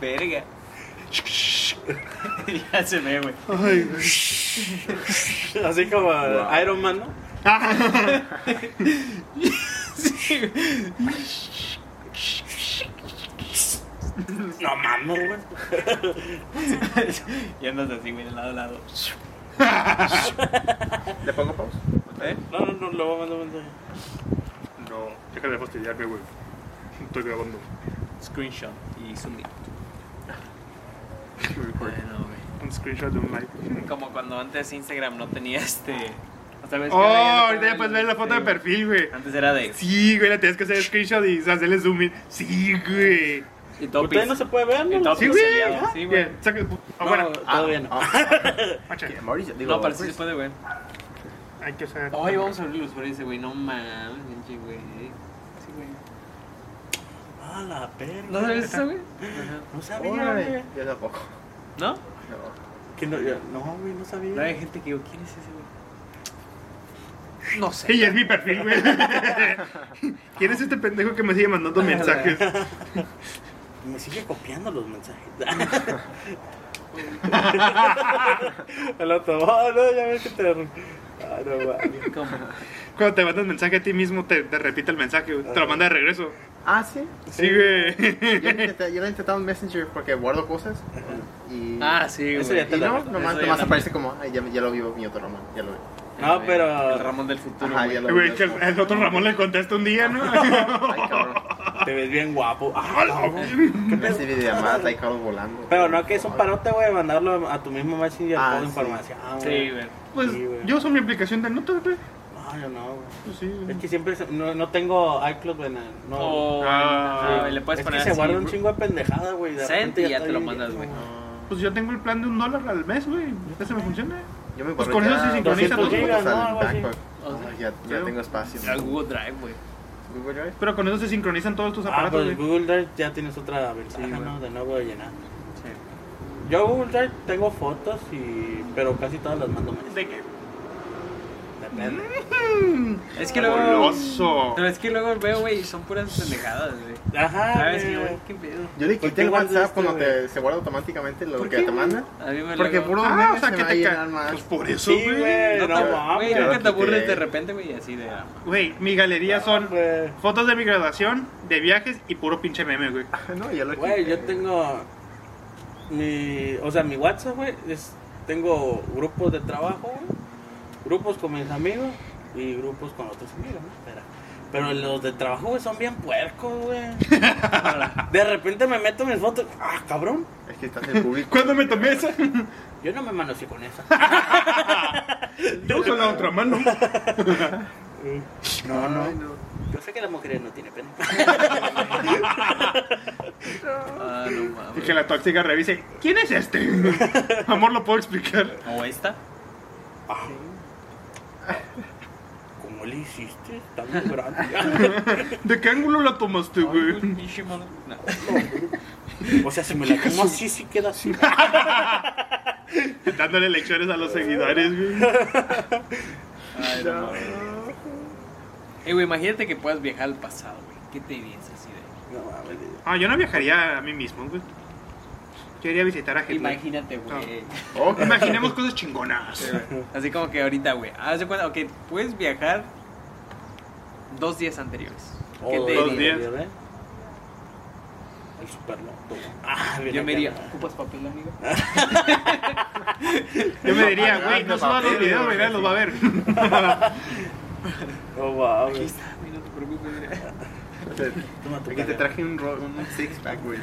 Speaker 4: Verga. ya se ve, güey.
Speaker 3: Ay, güey.
Speaker 1: Así como Iron Man, ¿no? No mames, güey.
Speaker 4: y andas así, güey, de lado a lado.
Speaker 2: ¿Le pongo pausa?
Speaker 4: ¿Eh?
Speaker 1: No, no, no, lo voy a mandar mensaje.
Speaker 3: No, déjale de fastidiarme, güey. Estoy grabando.
Speaker 4: Screenshot y zoom in. Bueno, güey.
Speaker 3: Un screenshot de un like.
Speaker 4: Como cuando antes Instagram no tenía este. O sea, ves que
Speaker 3: Oh,
Speaker 4: ahora ya no
Speaker 3: ahorita
Speaker 4: te
Speaker 3: ya puedes
Speaker 4: dan-
Speaker 3: ver la foto de
Speaker 4: Sí.
Speaker 3: perfil, güey.
Speaker 4: Antes era de.
Speaker 3: Sí, güey, le tienes que hacer screenshot y hacerle zoom in. Sí, güey.
Speaker 4: Y topis.
Speaker 1: Usted no se puede ver,
Speaker 4: Y
Speaker 1: ¿no?
Speaker 4: top.
Speaker 3: Sí, güey.
Speaker 4: Pixeleado, sí, güey.
Speaker 3: Bien, saca- ah,
Speaker 1: No,
Speaker 3: bueno,
Speaker 1: todavía no.
Speaker 3: macha,
Speaker 2: ¿Qué? ah, Mauricio, digo.
Speaker 4: No, pero sí se
Speaker 2: Chris.
Speaker 4: puede ver.
Speaker 3: Hay que hacer.
Speaker 4: Hoy vamos a abrir los usuario ese güey. No mames, pinche güey. Sí, güey.
Speaker 1: Ah, la perra.
Speaker 4: ¿No sabes eso, güey? Ajá.
Speaker 1: No sabía, güey.
Speaker 2: Órale, Yo tampoco.
Speaker 4: ¿No?
Speaker 2: No.
Speaker 1: Que no, yo- no, güey, no
Speaker 4: No hay
Speaker 1: sabía.
Speaker 4: gente que digo, ¿quién es ese güey? No sé.
Speaker 3: Sí, es mi perfil, güey. ¿Quién es este pendejo que me sigue mandando mensajes?
Speaker 1: Me sigue copiando los mensajes. El otro, oh, no, ya ves que te. Ah, no, mames.
Speaker 4: ¿Cómo?
Speaker 3: Cuando te mandas mensaje a ti mismo, te, te repite el mensaje, güey. Te lo manda de regreso.
Speaker 2: Ah, sí.
Speaker 3: Sí, güey.
Speaker 2: Yo lo intenté- yo lo he intentado en Messenger porque guardo cosas. Y.
Speaker 4: Ah, sí,
Speaker 1: Eso
Speaker 4: güey.
Speaker 1: ya
Speaker 2: Y
Speaker 1: te la-
Speaker 2: no,
Speaker 1: eso
Speaker 2: nomás,
Speaker 4: ya
Speaker 2: nomás
Speaker 4: la-
Speaker 2: aparece como, ay, ya, ya lo vivo mi otro Ramón, ya lo vi.
Speaker 1: No, pero-
Speaker 4: El Ramón del futuro.
Speaker 2: Ajá,
Speaker 4: güey.
Speaker 2: ya lo
Speaker 3: Güey, que el, el otro Ramón le contesta un día, ¿no?
Speaker 2: Ay, cabrón.
Speaker 1: Te ves bien guapo. Ah,
Speaker 3: A la verga.
Speaker 2: Me hace videollamada, ahí cabrón volando.
Speaker 1: Pero no, que es un parote, güey, mandarlo a tu mismo messenger
Speaker 2: Ah,
Speaker 1: toda la
Speaker 2: sí.
Speaker 1: información. Ah,
Speaker 4: Sí, güey.
Speaker 3: Pues
Speaker 1: Sí, güey.
Speaker 3: yo uso mi aplicación de notas, güey.
Speaker 1: No, yo no, güey.
Speaker 3: Pues sí.
Speaker 1: Es que siempre se- no, no tengo iCloud, güey. No.
Speaker 4: O-
Speaker 3: Ah,
Speaker 4: ah, y le puedes
Speaker 1: es
Speaker 4: poner
Speaker 1: que se
Speaker 4: así,
Speaker 1: guarda un
Speaker 4: bro-
Speaker 1: chingo de pendejada, güey. de
Speaker 4: Send
Speaker 1: repente
Speaker 4: y ya
Speaker 1: está
Speaker 4: te lo
Speaker 1: bien Ah,
Speaker 4: mandas,
Speaker 1: lleno,
Speaker 4: güey.
Speaker 3: Pues yo tengo el plan de un dólar al mes, güey. Ese me funciona.
Speaker 2: Yo me
Speaker 3: Pues
Speaker 2: borré
Speaker 3: con eso
Speaker 2: ya
Speaker 3: se sincroniza
Speaker 2: 200
Speaker 3: todo.
Speaker 2: gigas al
Speaker 1: ¿no? Algo así.
Speaker 2: backup.
Speaker 4: O sea,
Speaker 2: Ay, Ya ya
Speaker 3: yo-
Speaker 2: tengo espacio.
Speaker 4: A Google Drive, güey.
Speaker 2: Google Drive.
Speaker 3: Pero con eso se sincronizan todos tus
Speaker 1: Ah,
Speaker 3: aparatos,
Speaker 1: pues
Speaker 3: güey.
Speaker 1: Google Drive ya tienes otra ventaja,
Speaker 4: Sí, güey.
Speaker 1: ¿no? De nuevo de llenar.
Speaker 4: Sí.
Speaker 1: Yo Google Drive tengo fotos y... Pero casi todas las mando meses.
Speaker 3: ¿De qué?
Speaker 1: De depende.
Speaker 4: Mm. Es que luego.
Speaker 3: Goloso.
Speaker 4: Pero es que luego veo, güey, y son puras pendejadas, güey.
Speaker 1: Ajá,
Speaker 4: ¿Sabes
Speaker 1: güey.
Speaker 4: qué, Ah, güey? ¿Qué pedo?
Speaker 2: Yo le
Speaker 1: ¿Por
Speaker 2: quité
Speaker 1: qué
Speaker 2: el
Speaker 1: guardas
Speaker 2: WhatsApp
Speaker 1: esto,
Speaker 2: cuando
Speaker 1: güey?
Speaker 2: te, se guarda automáticamente lo
Speaker 4: ¿Por
Speaker 2: que
Speaker 4: qué,
Speaker 2: te
Speaker 4: güey?
Speaker 2: manda.
Speaker 4: A mí me
Speaker 2: Porque
Speaker 4: luego-
Speaker 2: puro
Speaker 3: Ah, o sea, que te
Speaker 2: cae
Speaker 3: ca- Pues por eso,
Speaker 1: Sí,
Speaker 3: güey.
Speaker 1: güey.
Speaker 4: No,
Speaker 1: No
Speaker 4: te-
Speaker 1: mames.
Speaker 4: güey, nunca te
Speaker 2: Quité.
Speaker 4: aburres de repente, güey, así de. ah,
Speaker 3: Güey, mi galería son
Speaker 1: Güey.
Speaker 3: fotos de mi graduación, de viajes y puro pinche meme, güey.
Speaker 2: No, ya lo
Speaker 1: Güey,
Speaker 2: quité.
Speaker 1: yo tengo mi, o sea, mi WhatsApp, güey, es- tengo grupos de trabajo, güey, grupos con mis amigos y grupos con otros amigos, ¿no? Pero, pero los de trabajo, güey, son bien puercos, güey. De repente me meto mis fotos, ah, cabrón,
Speaker 2: Es que estás en público.
Speaker 3: ¿Cuándo me tomé esa?
Speaker 1: yo no me manoseé con esa.
Speaker 3: Yo con la otra mano.
Speaker 1: No, no.
Speaker 2: Ay, no.
Speaker 1: Yo sé que las mujeres no tienen pena.
Speaker 4: Ah, no
Speaker 3: Y
Speaker 4: mames.
Speaker 3: que la tóxica revise. ¿Quién es este? Amor, lo puedo explicar.
Speaker 4: ¿O esta?
Speaker 1: Ah. ¿Cómo le hiciste? Está muy grande.
Speaker 3: ¿De qué ángulo la tomaste,
Speaker 4: Ay,
Speaker 3: güey?
Speaker 4: pinche madre. No.
Speaker 1: O sea, si me la como así, sí queda así.
Speaker 3: Dándole lecciones a los seguidores, güey.
Speaker 4: Ay, no mames. Eh, güey, imagínate que puedas viajar al pasado, güey. ¿Qué te dirías así de?
Speaker 1: No mames.
Speaker 3: Ah, yo no viajaría a mí mismo, güey. Yo iría a visitar a Hitler.
Speaker 4: Imagínate, güey.
Speaker 2: Oh, qué mal.
Speaker 3: Imaginemos cosas chingonas.
Speaker 4: Así como que ahorita, güey. Haz de cuenta, ok, puedes viajar dos días anteriores. ¿Qué
Speaker 1: Oh,
Speaker 4: te
Speaker 3: dos
Speaker 4: dirías?
Speaker 3: días.
Speaker 1: ¿eh? El superloto. Ah, bien
Speaker 4: Yo me
Speaker 1: acá.
Speaker 4: diría, ¿ocupas papel, amigo?
Speaker 3: Ah. Yo me diría, güey, no suba los videos, güey, nadie los va a ver.
Speaker 1: No mames.
Speaker 4: Aquí está, güey, no te preocupes. mira.
Speaker 1: Toma tu
Speaker 2: Aquí te
Speaker 1: cara.
Speaker 2: traje un, ro- un six pack, güey.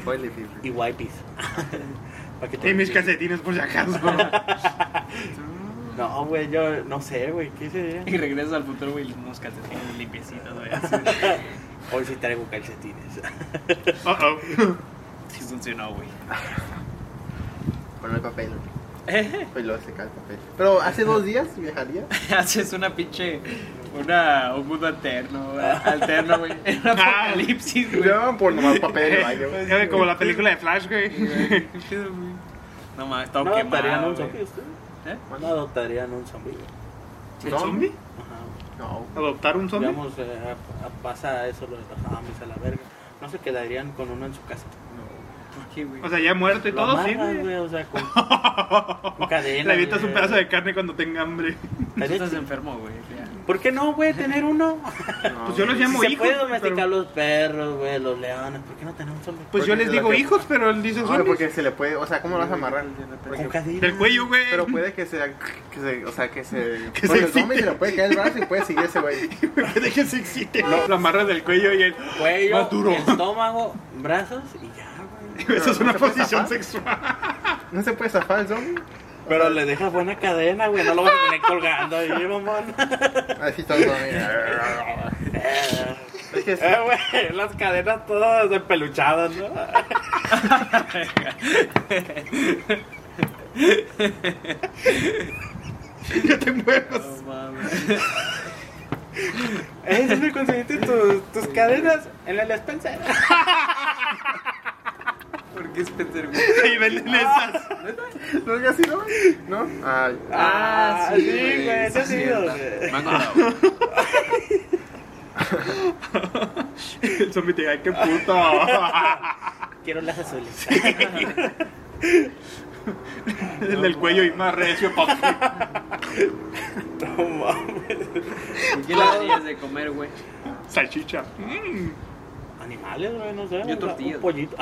Speaker 2: Spoiler,
Speaker 1: Y wipes. Pa' que te-
Speaker 3: Y mis calcetines, por si acaso.
Speaker 1: No, güey, yo no sé, güey. ¿Qué sería?
Speaker 4: Y regresas al futuro, güey, unos calcetines limpiecitos, güey. así.
Speaker 1: Hoy sí traigo calcetines.
Speaker 3: Oh, oh.
Speaker 4: Sí funcionó, güey.
Speaker 2: Con el papel. Pues luego se cae el papel. Pero hace dos días viajaría.
Speaker 4: Haces una pinche. Una, un mundo alterno, güey, alterno, güey. Un apocalipsis, güey.
Speaker 2: Yo por nomás papel en el baño.
Speaker 3: Ya ve, Como la película de Flash, güey.
Speaker 4: ¿Qué pedo, güey? No mames, todo
Speaker 1: ¿No adoptarían
Speaker 4: quemado.
Speaker 1: un
Speaker 4: güey.
Speaker 1: zombie ustedes?
Speaker 4: ¿Eh?
Speaker 1: ¿No adoptarían un zombie? güey?
Speaker 3: ¿El zombie?
Speaker 1: Ajá.
Speaker 2: No.
Speaker 3: ¿Adoptar un zombie?
Speaker 1: Digamos, eh, a- a- pasa eso, lo de los zombies a la verga. No se quedarían con uno en su casa.
Speaker 4: ¿Por qué, güey?
Speaker 3: O sea, ya muerto y
Speaker 1: Lo
Speaker 3: todo, sí,
Speaker 1: amarras,
Speaker 3: güey.
Speaker 1: güey, O sea, con, con cadena.
Speaker 3: Le avientas
Speaker 1: güey.
Speaker 3: un pedazo de carne cuando tenga hambre.
Speaker 4: Tú
Speaker 1: Estaría
Speaker 4: estás
Speaker 1: chido.
Speaker 4: enfermo, güey. ya.
Speaker 1: ¿Por qué no, güey, tener uno?
Speaker 2: no.
Speaker 3: Pues yo los
Speaker 1: Si
Speaker 3: llamo
Speaker 1: se
Speaker 3: hijos.
Speaker 1: puede domesticar
Speaker 3: pero-
Speaker 1: los perros, güey, los leones, ¿por qué no tenemos zombies?
Speaker 3: Pues yo
Speaker 2: Porque
Speaker 3: les
Speaker 2: se
Speaker 3: digo
Speaker 2: la-
Speaker 3: hijos, pero él dice
Speaker 2: No,
Speaker 3: zombies.
Speaker 2: porque se le puede. O sea, ¿cómo lo vas a amarrar?
Speaker 1: Con
Speaker 2: Porque-
Speaker 1: cadena.
Speaker 3: Del cuello, güey.
Speaker 2: Pero puede que sea. Que se, o sea, que se.
Speaker 3: Que
Speaker 2: Que
Speaker 3: se
Speaker 2: el zombie se le puede caer el brazo y puede seguir ese güey.
Speaker 3: Puede que se excite. Lo, lo amarras del cuello y él.
Speaker 1: Cuello,
Speaker 3: Más duro.
Speaker 1: estómago, brazos y ya, güey.
Speaker 3: Esa es
Speaker 2: ¿No
Speaker 3: una
Speaker 2: se puede
Speaker 3: posición
Speaker 2: zafar?
Speaker 3: sexual.
Speaker 2: No se puede zafar el zombie.
Speaker 1: Pero le dejas buena cadena, güey, no lo vas a tener colgando ahí, mamón.
Speaker 2: Así todo el zombie.
Speaker 1: Eh,
Speaker 2: Es que es-
Speaker 1: eh, güey, las cadenas todas despeluchadas, ¿no?
Speaker 3: Ya te muevas.
Speaker 4: No mames.
Speaker 1: ¿Eh? ¿Dónde conseguiste tus, tus cadenas? En el Spencer.
Speaker 4: ¿Por qué es Peter, güey?
Speaker 3: Ahí venden esas.
Speaker 2: ¿No es así, no? ¿No? Ay.
Speaker 1: Ah, sí, güey,
Speaker 4: sí
Speaker 1: eso
Speaker 4: es
Speaker 1: sí,
Speaker 4: cierto.
Speaker 1: güey.
Speaker 4: Me han contado, güey.
Speaker 3: El zombie te dice, ay, qué puto.
Speaker 1: Quiero las azules.
Speaker 3: El del cuello y más recio, papi.
Speaker 1: No mames.
Speaker 4: ¿Y ¿Qué le darías de comer, güey?
Speaker 3: Salchicha. Mm.
Speaker 1: Animales, güey, no sé.
Speaker 4: Yo
Speaker 1: un-
Speaker 4: tortillas.
Speaker 1: Un pollito.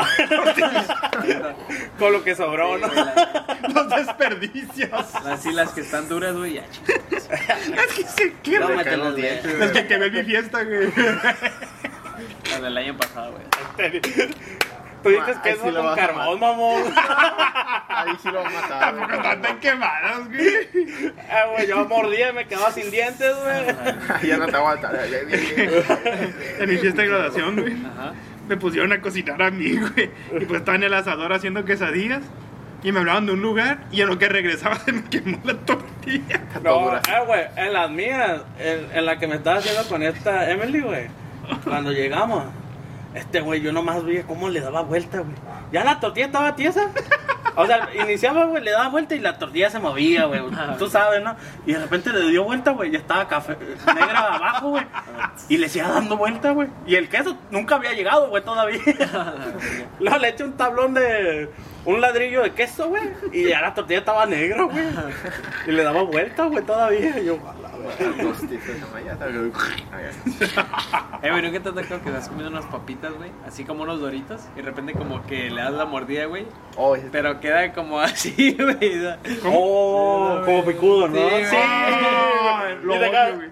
Speaker 1: Con lo que sobró,
Speaker 4: Sí,
Speaker 1: ¿no?
Speaker 4: güey, la-
Speaker 3: Los desperdicios.
Speaker 4: Las islas que están duras, güey, ya, chico.
Speaker 3: Es que se
Speaker 1: No,
Speaker 3: quiebra.
Speaker 1: me
Speaker 2: caen los
Speaker 1: los
Speaker 2: dientes,
Speaker 1: dedos.
Speaker 3: Es que quemé mi fiesta, güey.
Speaker 4: La del año pasado, güey.
Speaker 1: Tú dices
Speaker 2: Ah,
Speaker 1: que
Speaker 2: ahí
Speaker 1: es
Speaker 2: sí
Speaker 1: un
Speaker 2: la vas a
Speaker 1: carbón, mamón.
Speaker 2: Ahí sí lo va a matar.
Speaker 3: Tampoco
Speaker 2: güey.
Speaker 3: están tan quemadas, güey.
Speaker 1: Ah, güey, yo mordía y me quedaba sin dientes, güey.
Speaker 2: Ya no te aguanta. ya- ya- ya-
Speaker 3: En mi fiesta de graduación, güey.
Speaker 4: Ajá.
Speaker 3: me pusieron a cocinar a mí, güey. Y pues estaba en el asador haciendo quesadillas. Y me hablaban de un lugar y en lo que regresaba se me quemó la tortilla.
Speaker 1: No,
Speaker 2: dura.
Speaker 1: ah, güey, en las mías, en, en la que me estaba haciendo con esta Emily, güey. Cuando llegamos, este güey, yo nomás vi cómo le daba vuelta, güey. Ya la tortilla estaba tiesa. O sea, iniciaba, güey, le daba vuelta y la tortilla se movía, güey. Tú sabes, ¿no? Y de repente le dio vuelta, güey, ya estaba café negra abajo, güey. Y le seguía dando vuelta, güey. Y el queso nunca había llegado, güey, todavía. Luego le eché un tablón de. Un ladrillo de queso, güey. Y ya la tortilla estaba negra, güey. Y le daba vuelta, güey, todavía. Y yo, a la verga.
Speaker 4: Eh, güey, ¿nunca te has tocado que estás comiendo unas papitas, güey? Así como unos doritos. Y de repente como que le das la mordida, güey.
Speaker 2: Oh, ese-
Speaker 4: Pero queda como así, güey. o sea,
Speaker 1: Oh, como picudo, ¿no?
Speaker 4: Sí, güey.
Speaker 1: Sí,
Speaker 3: Ah,
Speaker 1: güey.
Speaker 3: Lo
Speaker 1: Y de acá,
Speaker 3: odio, güey.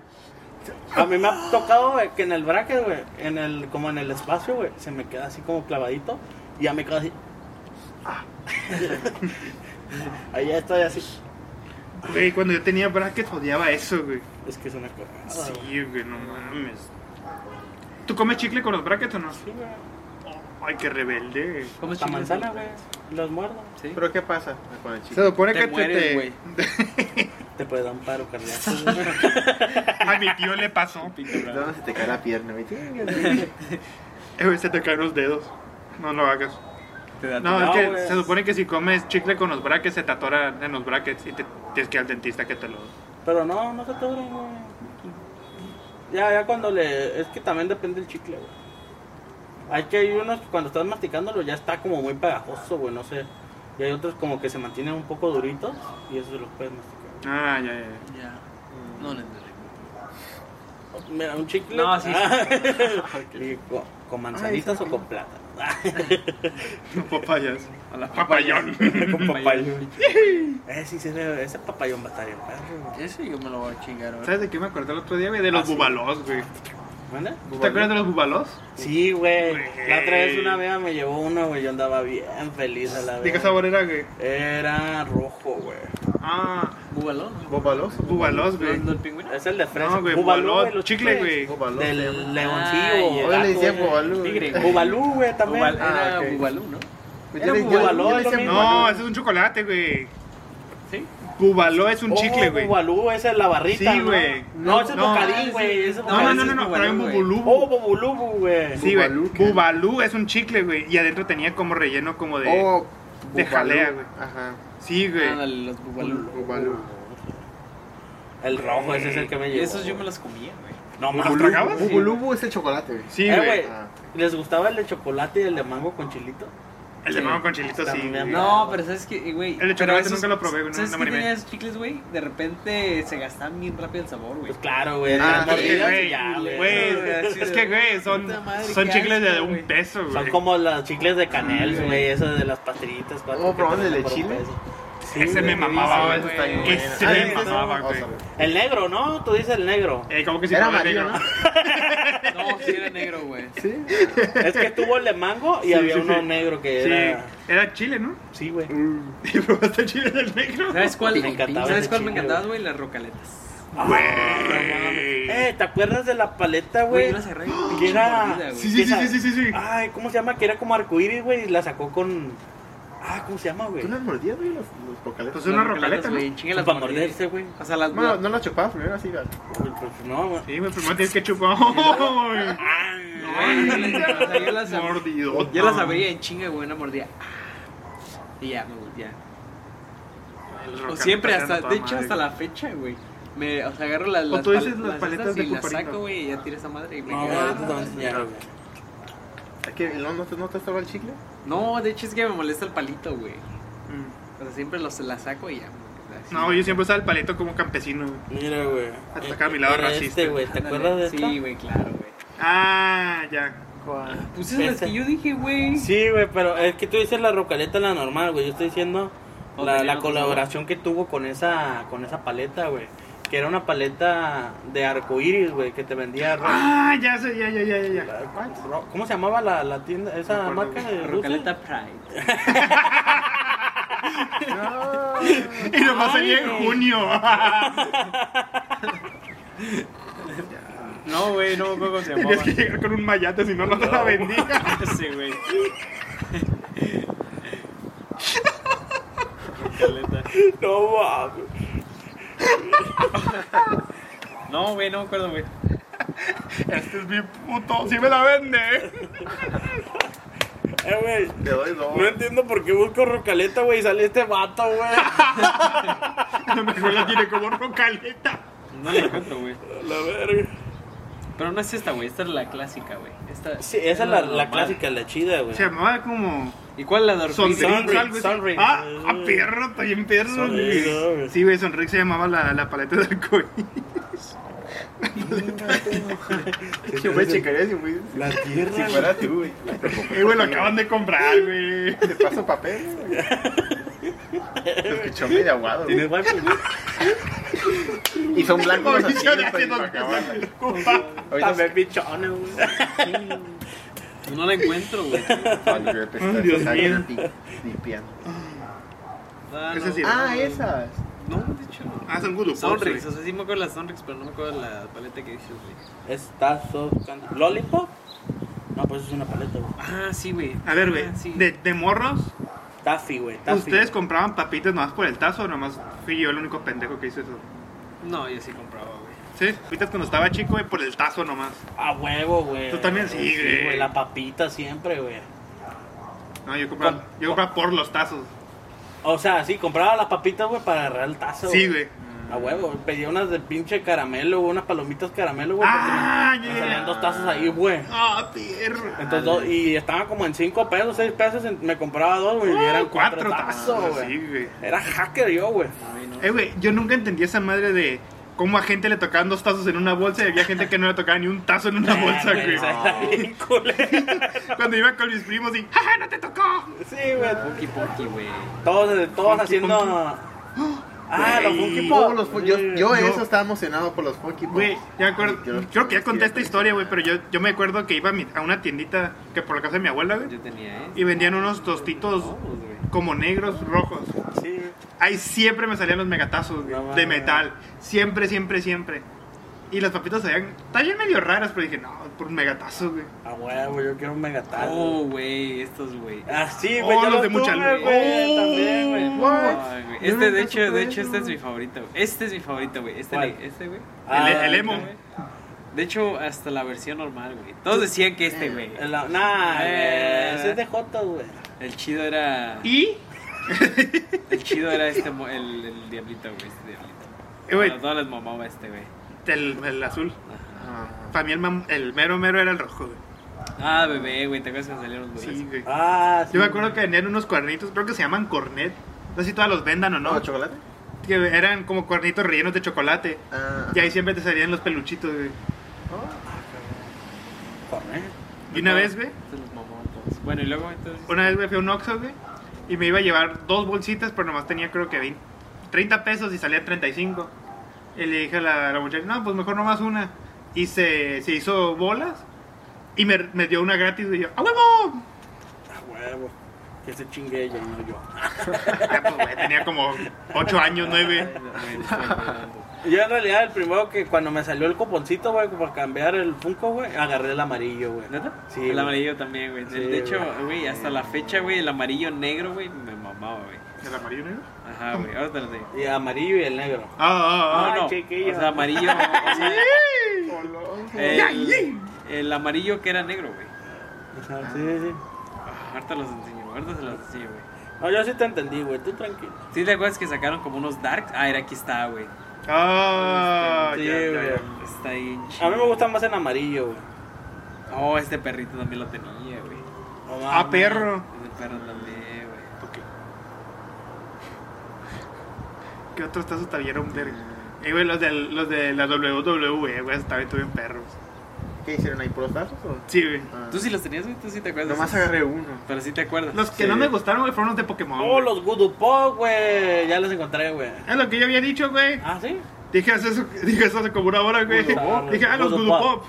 Speaker 1: A mí me ha tocado güey, que en el bracket, güey, en el, como en el espacio, güey, se me queda así como clavadito y ya me quedo así. Ah. Ahí ya estoy así.
Speaker 3: Güey, cuando yo tenía brackets odiaba eso, güey.
Speaker 1: Es que es una cagada. güey.
Speaker 3: Sí, güey, no mames. ¿Tú comes chicle con los brackets o no?
Speaker 1: Sí, güey.
Speaker 3: Ay, qué rebelde.
Speaker 4: ¿Cómo es
Speaker 1: Hasta
Speaker 4: chicle?
Speaker 1: manzana, güey. Los muerdo.
Speaker 4: Sí.
Speaker 2: Pero ¿qué pasa con el
Speaker 3: Se
Speaker 2: chico?
Speaker 3: supone
Speaker 4: Te
Speaker 3: que
Speaker 4: mueres,
Speaker 3: te,
Speaker 4: güey.
Speaker 1: Te puede dar un paro cardíaco.
Speaker 3: A mi tío le pasó.
Speaker 2: No, se te cae la pierna, güey.
Speaker 3: Eh, güey, se te caen los dedos. No lo hagas.
Speaker 4: Te da
Speaker 3: No,
Speaker 1: No,
Speaker 3: es que
Speaker 1: güey.
Speaker 3: se supone que si comes chicle con los brackets, se te atora en los brackets y te tienes que ir al dentista que te lo.
Speaker 1: Pero no, no se atoran, güey. Ya, ya cuando le. Es que también depende del chicle, güey. Hay que hay unos que cuando estás masticándolo ya está como muy pegajoso, güey, no sé. Y hay otros como que se mantienen un poco duritos y eso los puedes masticar.
Speaker 3: Ah, ya, ya.
Speaker 4: Ya. No, no entendí.
Speaker 1: Mira, un chicle. Ah.
Speaker 4: No, sí, sí.
Speaker 1: Y co- con, manzanitas o con plátano. Ah,
Speaker 3: No papayas.
Speaker 4: A la
Speaker 3: Papayón.
Speaker 1: con papayón. Eh, sí, sí, ese, ese papayón va a estar bien perro, güey.
Speaker 4: Ese yo me lo voy a chingar, güey.
Speaker 3: ¿Sabes de qué me acordé el otro día, güey? De los
Speaker 1: Ah, sí.
Speaker 3: bubalós, güey.
Speaker 1: ¿Mande?
Speaker 2: ¿Bubalós?
Speaker 3: ¿Te acuerdas de los bubalós?
Speaker 1: Sí, güey.
Speaker 3: Güey.
Speaker 1: La otra vez una vieja me llevó uno, güey. Yo andaba bien feliz a la
Speaker 3: ¿De qué
Speaker 1: vez.
Speaker 3: sabor era, güey?
Speaker 1: Era rojo, güey.
Speaker 3: Ah,
Speaker 4: Búbalo, ¿no?
Speaker 2: ¿Bobalos?
Speaker 3: bubalós, güey.
Speaker 4: ¿No el pingüino?
Speaker 1: Es el de fresa.
Speaker 3: No, güey,
Speaker 1: Bubalú,
Speaker 3: bubalot,
Speaker 1: los chicles
Speaker 3: chicle, güey.
Speaker 2: Bobalos.
Speaker 1: Del
Speaker 4: Ay,
Speaker 1: leoncillo.
Speaker 4: Ah, el
Speaker 2: Hoy le decía
Speaker 1: gato, güey.
Speaker 2: Bobalú.
Speaker 4: Tigre, güey.
Speaker 1: Bubalú, güey, también.
Speaker 4: Bubal-
Speaker 2: Ah,
Speaker 4: Era
Speaker 2: ok.
Speaker 4: Bubalú, ¿no?
Speaker 2: Pues Yo le- yo-
Speaker 1: Bubaló,
Speaker 2: yo le
Speaker 1: es
Speaker 2: decía
Speaker 1: lo mismo.
Speaker 3: No,
Speaker 2: Bubaló.
Speaker 3: ese es un chocolate, güey.
Speaker 4: Sí.
Speaker 3: Bubaló es un
Speaker 1: Oh,
Speaker 3: chicle, güey.
Speaker 1: Bubalú, esa es la barrita.
Speaker 3: Sí,
Speaker 1: ¿no?
Speaker 3: güey.
Speaker 1: No, ese es
Speaker 3: No.
Speaker 1: bocadín, güey. ese es
Speaker 3: No, no,
Speaker 1: bocadín.
Speaker 3: no, no, no,
Speaker 4: Bubalú,
Speaker 3: trae un
Speaker 4: güey.
Speaker 1: Oh,
Speaker 3: bubulú.
Speaker 1: Bobulubu, güey.
Speaker 3: Sí, güey.
Speaker 2: Bubalú, ¿qué?
Speaker 3: Bubalú es un chicle, güey. Y adentro tenía como relleno como de.
Speaker 2: Oh,
Speaker 3: de
Speaker 2: Bubalú.
Speaker 3: jalea, güey.
Speaker 2: Ajá.
Speaker 3: Sí, güey.
Speaker 4: Ándale, Ah, los Bubalú.
Speaker 2: Bubalú.
Speaker 1: El rojo, ese es el que me
Speaker 4: Y
Speaker 1: llevó.
Speaker 4: esos yo me los comía, güey.
Speaker 1: No,
Speaker 3: ¿Los
Speaker 1: más.
Speaker 3: tragabas?
Speaker 4: Sí,
Speaker 2: Bubulubu es el chocolate, güey.
Speaker 3: Sí,
Speaker 1: Eh,
Speaker 3: güey.
Speaker 1: güey.
Speaker 2: Ah.
Speaker 1: ¿Les gustaba el de chocolate y el de mango con chilito?
Speaker 3: El de
Speaker 4: Sí.
Speaker 3: mango con chilito, sí.
Speaker 1: También,
Speaker 3: güey.
Speaker 4: No, pero sabes que, güey.
Speaker 3: El de
Speaker 4: pero
Speaker 3: chocolate
Speaker 4: esos-
Speaker 3: nunca lo probé, güey, no-
Speaker 4: ¿Sabes
Speaker 3: no
Speaker 4: qué
Speaker 3: me animé.
Speaker 4: tenía esos chicles, güey? De repente se gastaban bien rápido el sabor, güey.
Speaker 1: Pues claro, güey.
Speaker 2: Ah,
Speaker 1: eran
Speaker 2: porque,
Speaker 3: Es que,
Speaker 1: mordidas y
Speaker 3: güey,
Speaker 1: ya,
Speaker 4: güey, así
Speaker 3: güey, es
Speaker 4: de-
Speaker 3: que, güey, son,
Speaker 4: Puta madre,
Speaker 3: son
Speaker 4: qué
Speaker 3: chicles de
Speaker 4: asco,
Speaker 3: un
Speaker 4: güey.
Speaker 3: peso, güey.
Speaker 1: Son como los chicles de canel,
Speaker 4: güey.
Speaker 1: güey, esos de las pastillitas. cuatro
Speaker 2: Oh,
Speaker 1: que
Speaker 2: ¿probaron
Speaker 1: te
Speaker 2: el de
Speaker 1: venden por un
Speaker 2: chile?
Speaker 1: peso. Sí,
Speaker 3: Ese
Speaker 1: güey.
Speaker 3: me mamaba,
Speaker 2: Sí,
Speaker 3: güey.
Speaker 2: ese está bien
Speaker 4: güey.
Speaker 2: bueno.
Speaker 3: Ese
Speaker 2: Ah,
Speaker 3: me
Speaker 2: ese-
Speaker 3: mamaba,
Speaker 2: vamos a
Speaker 3: güey.
Speaker 2: ver.
Speaker 1: El negro, ¿no? Tú dices el negro.
Speaker 3: Eh, como que si
Speaker 2: Era
Speaker 3: fuera
Speaker 2: amarillo,
Speaker 3: negro.
Speaker 2: ¿no?
Speaker 4: No, sí era negro, güey.
Speaker 2: Sí.
Speaker 1: Es que estuvo el de mango y
Speaker 3: Sí,
Speaker 1: había
Speaker 3: sí,
Speaker 1: uno
Speaker 3: sí.
Speaker 1: negro que
Speaker 3: Sí,
Speaker 1: era.
Speaker 3: era chile, ¿no?
Speaker 1: Sí, güey.
Speaker 3: Y probaste el chile del negro.
Speaker 4: ¿Sabes cuál?
Speaker 1: Me encantaba
Speaker 4: ¿Sabes
Speaker 1: ese
Speaker 4: cuál me
Speaker 1: chile,
Speaker 4: encantaba,
Speaker 1: güey.
Speaker 4: güey? Las rocaletas.
Speaker 3: Güey.
Speaker 1: Eh, ¿te acuerdas de la
Speaker 3: Ah,
Speaker 1: paleta,
Speaker 4: Güey,
Speaker 1: güey?
Speaker 4: yo las agarré. bien
Speaker 1: que era-
Speaker 4: mordida, güey.
Speaker 3: Sí, sí, sí, sí, sí, sí, sí.
Speaker 1: Ay, ¿cómo se llama? Que era como arcoíris, güey, y la sacó con. Ah, ¿cómo se llama, güey?
Speaker 2: ¿Tú no has mordido, güey, los, los bocaletos?
Speaker 3: Pues una
Speaker 4: Las
Speaker 3: rocaleta, ¿no?
Speaker 4: güey. Chingue las
Speaker 1: Para
Speaker 4: mordí.
Speaker 1: morderse, güey.
Speaker 4: O sea, las.
Speaker 2: Bueno, no la chupabas primero así, güey.
Speaker 1: Uy, pues no, güey.
Speaker 3: Sí, güey, primero tienes que chupar. Ay,
Speaker 4: Ay, o sea, yo las-
Speaker 3: Mordidota.
Speaker 4: Ya las abría en chinga, güey, una mordida. Ah, Y ya, me volvía.
Speaker 3: Las
Speaker 4: O
Speaker 3: rocaletas
Speaker 4: siempre,
Speaker 3: eran
Speaker 4: hasta,
Speaker 3: toda
Speaker 4: de hecho,
Speaker 3: madre,
Speaker 4: hasta la fecha, güey. Me, o sea, agarro las,
Speaker 3: O
Speaker 4: las,
Speaker 3: tú
Speaker 4: pal-
Speaker 3: dices las
Speaker 4: estas
Speaker 3: paletas de
Speaker 4: y las
Speaker 3: Cuparito.
Speaker 4: saco, güey, y ya tira esa madre y me
Speaker 1: No, güey,
Speaker 4: quedo-
Speaker 1: ahorita te voy a enseñar, güey.
Speaker 2: Es que no, no, te, no te estaba el chicle.
Speaker 4: No, de hecho es que me molesta el palito, güey.
Speaker 3: güey. Mm.
Speaker 4: O sea, siempre los, las saco y ya. güey, así.
Speaker 3: No, yo siempre usaba el paleto como campesino, güey.
Speaker 1: Mira, güey.
Speaker 3: Ataca a mi lado
Speaker 1: Era
Speaker 3: racista.
Speaker 1: Este, güey, ¿te
Speaker 4: Ándale.
Speaker 1: acuerdas de
Speaker 4: Sí,
Speaker 1: esta?
Speaker 4: güey, claro, güey.
Speaker 3: Ah, ya.
Speaker 4: Pues esas las
Speaker 1: Esta.
Speaker 4: que yo dije, güey.
Speaker 1: Sí, güey, pero es que tú dices la rocaleta la normal, güey. Yo estoy diciendo
Speaker 4: No,
Speaker 1: la,
Speaker 4: tenía
Speaker 1: la
Speaker 4: otro
Speaker 1: colaboración que tuvo con esa con esa paleta, güey. Que era una paleta de arcoíris, güey, que te vendía ro-
Speaker 3: Ah, ya sé, ya, ya, ya, ya, ya.
Speaker 1: ro- ¿Cómo se llamaba la, la tienda? Esa
Speaker 3: No me acuerdo,
Speaker 1: marca de
Speaker 4: Rocaleta Pride.
Speaker 2: No.
Speaker 3: Y nomás salía en junio.
Speaker 4: No, güey, no me acuerdo cómo se
Speaker 3: Tenías que llegar con un mayate, si no, no te la vendía.
Speaker 4: Sí, güey. Rocaleta.
Speaker 1: Rusia? No, mames.
Speaker 4: No, güey, no me acuerdo, güey.
Speaker 3: Este es mi puto, si me la vende.
Speaker 1: Eh, güey.
Speaker 2: Te doy dos.
Speaker 1: No entiendo por qué busco rocaleta, güey, y sale este vato, güey.
Speaker 3: A lo mejor la tiene como rocaleta.
Speaker 4: No la encuentro, güey.
Speaker 1: La verga.
Speaker 4: Pero no es esta, güey. Esta es la clásica, güey. Esta,
Speaker 1: Sí, esa es la, la
Speaker 4: normal.
Speaker 1: clásica, la chida, güey.
Speaker 3: Se llamaba como.
Speaker 4: ¿Y cuál es la de
Speaker 3: Sonrix,
Speaker 4: Ortiz?
Speaker 1: Sonrix,
Speaker 3: algo así.
Speaker 1: Sonrix.
Speaker 3: Ah, a perro, también perro.
Speaker 1: Sonrix, no, güey.
Speaker 3: güey. Sí, güey, Sonrix se llamaba la, la paleta de arcoíris.
Speaker 2: Yo me checaría si, fui-
Speaker 1: La
Speaker 2: si
Speaker 1: tierra.
Speaker 2: fuera tú, güey.
Speaker 3: Eh, güey, lo acaban de comprar, güey.
Speaker 2: Te paso papel, güey. Se escuchó medio aguado, güey.
Speaker 1: Tienes wifi, güey.
Speaker 2: Y son
Speaker 3: Como
Speaker 2: blancos así,
Speaker 3: dice,
Speaker 2: güey,
Speaker 3: haciendo
Speaker 2: para acabar.
Speaker 3: cosas ocupadas.
Speaker 2: Ahorita me-
Speaker 1: pues, pichona, güey.
Speaker 4: No la encuentro, güey.
Speaker 2: Cuando yo te estás-
Speaker 3: Dios
Speaker 2: estás
Speaker 3: mío.
Speaker 2: limpi- Limpiando.
Speaker 4: Ah,
Speaker 3: Esa
Speaker 4: no.
Speaker 3: sí.
Speaker 2: Ah, esas.
Speaker 4: No, de hecho. no.
Speaker 3: Ah, son Good
Speaker 4: Sonrix, o sea, sí me acuerdo de la Sonrix, pero no me acuerdo de la paleta que dices, güey.
Speaker 1: Está sofocando. ¿Lollipop? No, pues es una paleta, güey.
Speaker 4: Ah, sí, güey.
Speaker 3: A ver, güey,
Speaker 4: Ah, sí.
Speaker 3: de, de morros,
Speaker 1: Taffy, güey. Taffy.
Speaker 3: ¿ustedes compraban papitas nomás por el tazo o nomás fui yo el único pendejo que hizo eso?
Speaker 4: No, yo sí compraba, güey.
Speaker 3: Sí, papitas cuando estaba chico, güey, por el tazo nomás.
Speaker 1: A huevo, güey.
Speaker 3: Tú también sí, güey.
Speaker 1: La papita siempre, güey.
Speaker 3: No, yo compraba,
Speaker 1: Con-
Speaker 3: yo compraba por los tazos.
Speaker 1: O sea, sí, compraba las papitas, güey, para agarrar el tazo.
Speaker 3: Sí, güey.
Speaker 1: A huevo, güey. pedía unas de pinche caramelo, güey, unas palomitas caramelo, güey.
Speaker 3: Ah,
Speaker 1: porque me salían
Speaker 3: ya.
Speaker 1: dos tazos ahí, güey.
Speaker 3: Ah, perro.
Speaker 1: Entonces, dos- y estaban como en 5 pesos, 6 pesos, en- me compraba dos, güey, y eran cuatro tazos,
Speaker 3: Sí,
Speaker 1: güey.
Speaker 3: güey.
Speaker 1: Era hacker yo, güey.
Speaker 4: Ay, no.
Speaker 3: Eh, güey, yo nunca entendí esa madre de cómo a gente le tocaban dos tazos en una bolsa y había gente que no le tocaba ni un tazo en una bolsa,
Speaker 1: Eh,
Speaker 3: güey.
Speaker 1: o sea, era bien culero.
Speaker 3: Cuando iba con mis primos y, ¡jaja, no te tocó!
Speaker 1: Sí, güey.
Speaker 4: Punky Punky, güey.
Speaker 1: Todos, eh, todos
Speaker 3: Funky,
Speaker 1: haciendo.
Speaker 3: funky.
Speaker 1: Ah, los
Speaker 3: Güey.
Speaker 1: Funky
Speaker 2: Oh,
Speaker 1: Pop.
Speaker 2: los fu- yo, yo,
Speaker 3: Yo-
Speaker 2: eso estaba emocionado por los Funky Pop.
Speaker 3: Güey, ya me acuerdo.
Speaker 2: Yo los-
Speaker 3: Creo que ya conté esta historia, güey, pero yo, yo me acuerdo que iba a, mi- a una tiendita que por la casa de mi abuela, güey,
Speaker 4: Yo tenía, ¿eh?
Speaker 3: y vendían unos tostitos
Speaker 4: Todos, güey.
Speaker 3: como negros, rojos.
Speaker 1: Sí, güey.
Speaker 3: Ahí siempre me salían los megatazos, güey,
Speaker 1: No mames.
Speaker 3: de metal. Siempre, siempre, siempre. Y las papitas salían, salían medio raras, pero dije, no, por un megatazo, güey.
Speaker 1: A huevo, yo quiero un megatal.
Speaker 4: Oh, güey, estos, güey.
Speaker 1: Ah, sí,
Speaker 3: Oh,
Speaker 1: güey. yo
Speaker 3: los de mucha
Speaker 1: tuve,
Speaker 3: luz.
Speaker 1: güey,
Speaker 3: Oh,
Speaker 1: también, güey.
Speaker 3: what?
Speaker 4: Ay, güey.
Speaker 2: Yo
Speaker 4: Este,
Speaker 2: nunca
Speaker 4: de hecho,
Speaker 2: supe
Speaker 4: de hecho,
Speaker 2: eso,
Speaker 4: este es
Speaker 2: güey.
Speaker 4: mi favorito. güey. Este es mi favorito, güey. Este,
Speaker 1: ¿Cuál?
Speaker 4: le- este, güey.
Speaker 1: Ah,
Speaker 3: el, el emo.
Speaker 4: Este, güey. De hecho, hasta la versión normal, güey. Todos decían que este,
Speaker 3: Oh.
Speaker 4: güey.
Speaker 1: El- Nah, güey,
Speaker 4: Eh.
Speaker 1: ese es de Joto, güey.
Speaker 4: El chido era.
Speaker 3: Y,
Speaker 4: El chido era este, mo- el, el diablito, güey. Este diablito.
Speaker 3: eh, güey,
Speaker 4: A todas las mamaba este, güey.
Speaker 3: el, el azul.
Speaker 4: Ajá.
Speaker 2: Ah,
Speaker 3: Para mí el, mam- el mero mero era el rojo, güey.
Speaker 4: Ah, bebé, güey. ¿Te acuerdas que salieron los bebés?
Speaker 3: Sí, güey.
Speaker 1: Ah, sí.
Speaker 3: Yo me acuerdo que vendían unos cuernitos, creo que se llaman cornet. No sé si todas los vendan o no.
Speaker 2: ¿No? ¿Chocolate?
Speaker 3: que eran como cuernitos rellenos de chocolate.
Speaker 2: Ah,
Speaker 3: Y ahí siempre te salían los peluchitos, güey.
Speaker 2: oh,
Speaker 1: Joder.
Speaker 3: Y una vez, güey,
Speaker 4: Se los mamó a todos. Bueno, y luego entonces.
Speaker 3: una vez, güey, fui a un Oxxo, güey, y me iba a llevar dos bolsitas, pero nomás tenía creo que 20, 30 pesos y salía 35. Y le dije a la, a la muchacha, no, pues mejor nomás una. Y se, se hizo bolas y me, me dio una gratis, güey, y yo, ¡a huevo!
Speaker 1: A huevo. Que se chingue ella, no yo.
Speaker 3: Ya, pues, güey, tenía como 8 años, 9.
Speaker 4: Ay, no, güey, estoy llorando.
Speaker 1: Yo en realidad el primero que cuando me salió el cuponcito, güey, para cambiar el Funko, güey, agarré el amarillo, güey.
Speaker 4: ¿Neta?
Speaker 1: Sí,
Speaker 4: El
Speaker 1: güey.
Speaker 4: amarillo también, güey.
Speaker 1: Sí,
Speaker 4: de hecho,
Speaker 1: güey.
Speaker 4: güey, hasta la fecha, güey, el amarillo negro, güey, me mamaba, güey.
Speaker 3: ¿El amarillo negro?
Speaker 4: Ajá, güey. Ahora te lo digo.
Speaker 1: Y el amarillo y el negro.
Speaker 3: Ah, ah,
Speaker 4: No,
Speaker 1: Ay,
Speaker 4: no. O
Speaker 1: chiquillo.
Speaker 4: sea, amarillo. o sea, el,
Speaker 2: Eh.
Speaker 3: ay.
Speaker 4: el amarillo que era negro, güey.
Speaker 1: Ajá, Sí, sí.
Speaker 4: Ah, Ahorita los enseño, ahorita se los enseño, güey.
Speaker 1: No, yo sí te entendí, güey. Tú tranquilo.
Speaker 4: ¿Sí te acuerdas que sacaron como unos darks? Ah, era aquí está, güey.
Speaker 3: ah. Ah,
Speaker 1: Sí,
Speaker 3: ya, ya,
Speaker 1: güey.
Speaker 3: ya.
Speaker 4: Está ahí.
Speaker 1: A mí me gusta más en amarillo, güey.
Speaker 4: Oh, este perrito también lo tenía, güey.
Speaker 1: No
Speaker 3: Ah,
Speaker 1: mames.
Speaker 3: perro.
Speaker 4: Ese perro también, güey.
Speaker 3: Ok. ¿Qué otros tazos estaban verga? Eh, güey, los, del, los de la WWE, güey, estaban bien perros.
Speaker 2: ¿Qué hicieron ahí? ¿Puros tazos o?
Speaker 3: Sí, güey.
Speaker 2: Ah.
Speaker 4: ¿Tú sí los tenías, güey? ¿Tú sí te acuerdas? de
Speaker 2: Nomás
Speaker 4: esos?
Speaker 2: agarré uno.
Speaker 4: Pero sí te acuerdas.
Speaker 3: Los que
Speaker 2: Sí.
Speaker 3: no me gustaron, güey, fueron los de Pokémon.
Speaker 1: Oh,
Speaker 3: güey.
Speaker 1: los Gudupop, güey. Ya los encontré, güey.
Speaker 3: Es lo que yo había dicho, güey.
Speaker 1: Ah, sí.
Speaker 3: Dije eso, dije eso hace como una hora, güey.
Speaker 1: Gudupop.
Speaker 3: Dije, ah, los
Speaker 1: Gudupop.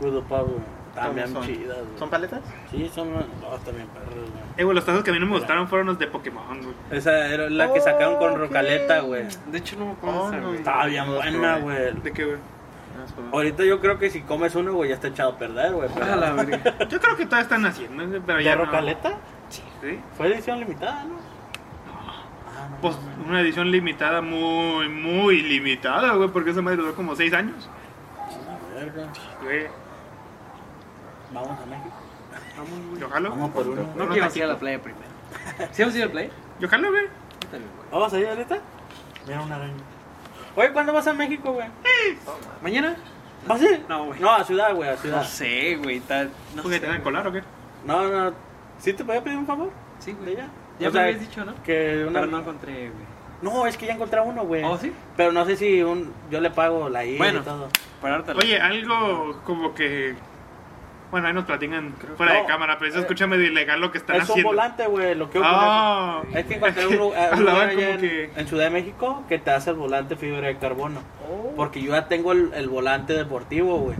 Speaker 3: Gudupop.
Speaker 1: Gudupop, güey. También
Speaker 2: ¿Cómo son?
Speaker 1: chidas, güey.
Speaker 2: ¿Son paletas?
Speaker 1: Sí, son. No, también perros, güey.
Speaker 3: Eh, güey, los tazos que a mí no me gustaron fueron los de Pokémon, güey.
Speaker 1: Esa era la que sacaron con
Speaker 2: Ok.
Speaker 1: Rocaleta, güey.
Speaker 4: De hecho, no me acuerdo
Speaker 2: Oh,
Speaker 4: de esa,
Speaker 2: no.
Speaker 4: güey.
Speaker 1: Estaba bien buena, güey.
Speaker 3: ¿De qué, güey?
Speaker 1: Ah, Ahorita yo creo que si comes uno, güey, ya está echado a perder, güey. pero-
Speaker 4: A Ah, la verga.
Speaker 3: Yo creo que todavía están haciendo, güey, pero
Speaker 1: ¿De
Speaker 3: ya no.
Speaker 1: Rocaleta?
Speaker 3: Sí.
Speaker 1: Fue edición limitada, ¿no? Ah,
Speaker 3: Pues una edición limitada, muy, muy limitada, güey, porque esa madre duró como 6 años.
Speaker 1: Verga.
Speaker 3: Güey.
Speaker 1: Vamos a México.
Speaker 4: Vamos, güey.
Speaker 3: Yo jalo.
Speaker 1: Vamos por uno.
Speaker 4: No
Speaker 3: No
Speaker 4: quiero
Speaker 3: te
Speaker 4: ir a la playa primero. ¿Sí vamos a ir a la playa?
Speaker 3: Yo jalo, güey.
Speaker 4: Yo también, güey.
Speaker 1: ¿Vamos a ir ahorita? Mira una araña. Oye, ¿cuándo vas a México, güey?
Speaker 4: ¿Mañana?
Speaker 1: ¿Vas a ir?
Speaker 4: No, güey.
Speaker 1: No, a ciudad, güey, a
Speaker 3: Ah,
Speaker 1: ciudad.
Speaker 4: No sé, güey. Tal, no
Speaker 3: ¿Porque
Speaker 4: sé,
Speaker 3: te van a
Speaker 4: güey.
Speaker 3: colar o qué?
Speaker 1: No, no. ¿Sí te podía pedir un favor?
Speaker 4: Sí,
Speaker 1: ¿De
Speaker 4: güey.
Speaker 1: ella?
Speaker 4: Ya me
Speaker 1: O sea,
Speaker 4: habías dicho, ¿no?
Speaker 1: Que una...
Speaker 4: Pero no encontré, güey.
Speaker 1: No, es que ya encontré uno, güey.
Speaker 4: ¿Oh, sí?
Speaker 1: Pero no sé si un... yo le pago la ida
Speaker 4: Bueno.
Speaker 1: y todo.
Speaker 4: Para ahorita.
Speaker 3: Oye, algo como que. Bueno, ahí nos platican fuera
Speaker 1: No,
Speaker 3: de cámara, pero eso
Speaker 1: eh,
Speaker 3: escucha medio ilegal lo que están
Speaker 1: es un
Speaker 3: haciendo.
Speaker 1: volante, güey, lo que
Speaker 3: Ah,
Speaker 1: Es que encontré un,
Speaker 3: que
Speaker 1: lu- eh, un lugar
Speaker 3: hablaban
Speaker 1: allá
Speaker 3: como
Speaker 1: en,
Speaker 3: que-
Speaker 1: en Ciudad de México que te hace el volante fibra de carbono.
Speaker 4: Oh.
Speaker 1: Porque yo ya tengo el, el volante deportivo, güey.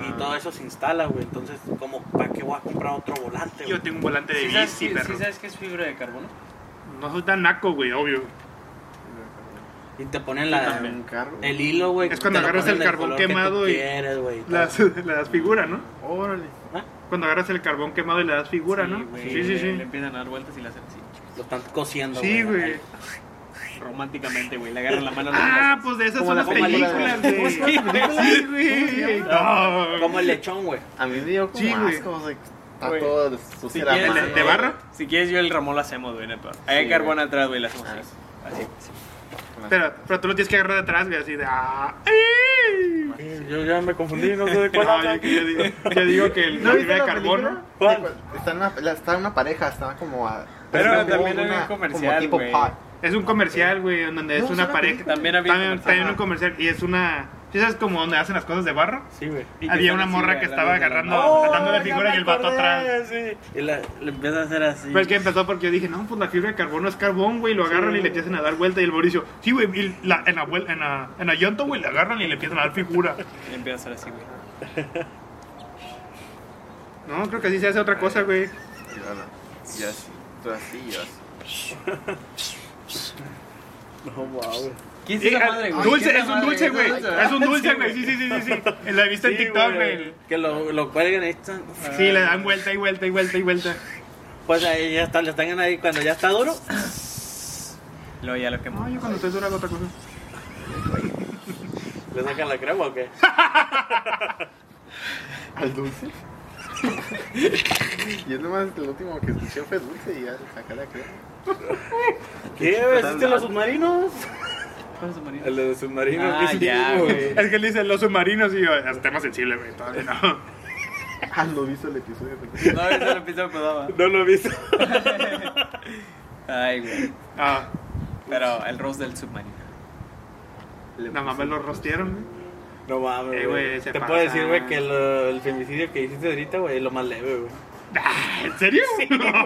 Speaker 1: Y
Speaker 3: Ah.
Speaker 1: todo eso se instala, güey. Entonces, como, ¿para qué voy a comprar otro volante,
Speaker 3: yo
Speaker 1: güey?
Speaker 3: tengo un volante de
Speaker 4: ¿Sí sabes,
Speaker 3: bici,
Speaker 4: que-
Speaker 3: perro.
Speaker 4: sí sabes que es fibra de carbono?
Speaker 3: no soy tan naco, güey, obvio.
Speaker 1: Y te ponen la,
Speaker 2: En un carro.
Speaker 1: el hilo, güey.
Speaker 3: Es cuando
Speaker 1: te lo
Speaker 3: agarras
Speaker 1: ponen
Speaker 3: el
Speaker 1: del
Speaker 3: carbón
Speaker 1: color que tú
Speaker 3: quemado y-
Speaker 1: quieres, güey. y todo.
Speaker 3: Las, las figuras, ¿no?
Speaker 2: Órale.
Speaker 3: Cuando agarras el carbón quemado y le das figura, ¿no?
Speaker 4: güey,
Speaker 3: sí, sí,
Speaker 4: le-
Speaker 3: sí.
Speaker 4: Le empiezan a dar vueltas y la hacen así.
Speaker 1: Lo están cosiendo,
Speaker 3: Sí, güey.
Speaker 4: Románticamente, güey. Le agarran la mano.
Speaker 3: Ah, pues de esas
Speaker 2: Como
Speaker 3: son
Speaker 2: la
Speaker 3: las
Speaker 2: Copa Libre.
Speaker 3: películas, güey.
Speaker 4: Sí, güey.
Speaker 3: Sí, güey. No.
Speaker 1: Como el lechón, güey.
Speaker 2: A mí me dio como
Speaker 3: Sí, güey.
Speaker 2: asco, o sea, está
Speaker 4: Güey.
Speaker 2: todo
Speaker 4: Si
Speaker 2: sucio la
Speaker 4: quieres, eh,
Speaker 2: mano.
Speaker 3: ¿De barra?
Speaker 4: Si quieres, yo el Ramón lo hacemos, güey, neta. Hay
Speaker 2: Sí,
Speaker 4: carbón
Speaker 2: güey.
Speaker 4: atrás, güey, lo hacemos
Speaker 2: Ah,
Speaker 4: así. Así. sí.
Speaker 3: Pero, pero tú lo tienes que agarrar de atrás, güey, así de. ¡Ah! ¡Ay!
Speaker 1: Yo ya me confundí, no sé de
Speaker 3: No, yo, yo digo, yo digo que el
Speaker 2: ¿No
Speaker 3: la
Speaker 2: viste
Speaker 3: fibra de
Speaker 2: la
Speaker 3: carbono.
Speaker 2: película?
Speaker 1: ¿Cuál?
Speaker 2: Sí, cuál- Está en una, la- está en una pareja, está como a...
Speaker 4: Pero
Speaker 2: está como
Speaker 4: también hay un comercial,
Speaker 2: Como tipo
Speaker 4: güey.
Speaker 2: pot.
Speaker 3: Es un comercial, güey, en donde
Speaker 2: No,
Speaker 3: es
Speaker 2: es
Speaker 3: una
Speaker 2: una
Speaker 3: pareja.
Speaker 2: película.
Speaker 4: También había
Speaker 3: También,
Speaker 4: comercial.
Speaker 3: también un comercial y es una. ¿Sí sabes como donde hacen las cosas de barro?
Speaker 1: Sí, güey. Oh,
Speaker 4: Y
Speaker 3: Había
Speaker 4: están
Speaker 3: una
Speaker 4: así,
Speaker 3: morra
Speaker 4: güey,
Speaker 3: que
Speaker 4: la
Speaker 3: estaba
Speaker 4: mano,
Speaker 3: agarrando-
Speaker 4: la mano.
Speaker 3: Atando la
Speaker 1: ya
Speaker 3: figura
Speaker 1: me
Speaker 3: y el vato
Speaker 1: acordé,
Speaker 3: atrás.
Speaker 1: sí. Y la, le empieza a hacer así.
Speaker 3: Pero es que empezó porque yo dije, no, pues la fibra de carbono es carbón, güey, lo agarran y le empiezan a dar vuelta. Y el Mauricio, sí, güey, y la- en la, vuel- en la, en la llanta, güey, le agarran y le empiezan a dar figura.
Speaker 4: Y empieza a hacer así, güey.
Speaker 3: No, creo que así se hace otra cosa, güey.
Speaker 2: Y yo, no, Yo así, tú así, yo así.
Speaker 1: No, wow, güey.
Speaker 4: ¿Quién es
Speaker 3: Eh,
Speaker 4: esa
Speaker 3: ah,
Speaker 4: madre, güey?
Speaker 3: dulce,
Speaker 4: ¿Qué
Speaker 3: es un
Speaker 4: madre?
Speaker 3: dulce, güey.
Speaker 4: ¿verdad?
Speaker 3: Es un dulce, güey. Sí, sí, sí, sí, sí. La viste en
Speaker 1: Sí,
Speaker 3: TikTok,
Speaker 1: güey,
Speaker 3: güey.
Speaker 1: Que lo, lo cuelguen ahí. están.
Speaker 3: Sí, le dan vuelta y vuelta y vuelta y vuelta.
Speaker 1: Pues ahí ya está, le están ahí cuando ya está duro.
Speaker 4: Luego ya lo quemó.
Speaker 3: No, yo cuando estoy dura hago otra cosa.
Speaker 1: ¿Le sacan la crema o qué?
Speaker 2: ¿Al dulce? y es nomás el último que escuché fue dulce y ya se saca la crema.
Speaker 1: ¿Qué? ¿Viste los submarinos?
Speaker 4: ¿Cuál es su marido?
Speaker 1: El de los submarinos.
Speaker 4: Ah,
Speaker 1: ¿qué
Speaker 4: ya,
Speaker 1: hicimos,
Speaker 4: güey.
Speaker 3: Es que le dicen los submarinos y yo, es tema sensible, güey. Todavía no.
Speaker 2: Ah, no viste el episodio.
Speaker 4: No, eso lo empieza a podaba.
Speaker 1: No lo he visto.
Speaker 4: Ay, güey.
Speaker 3: Ah,
Speaker 4: Pero el roast del submarino.
Speaker 3: nada más me lo rostearon, güey.
Speaker 1: No mames,
Speaker 3: Eh, güey,
Speaker 1: güey.
Speaker 3: se
Speaker 1: Te puedo
Speaker 3: pasa.
Speaker 1: decir, güey, que lo- el femicidio que hiciste ahorita, güey, es lo más leve, güey.
Speaker 3: Ah, ¿En serio?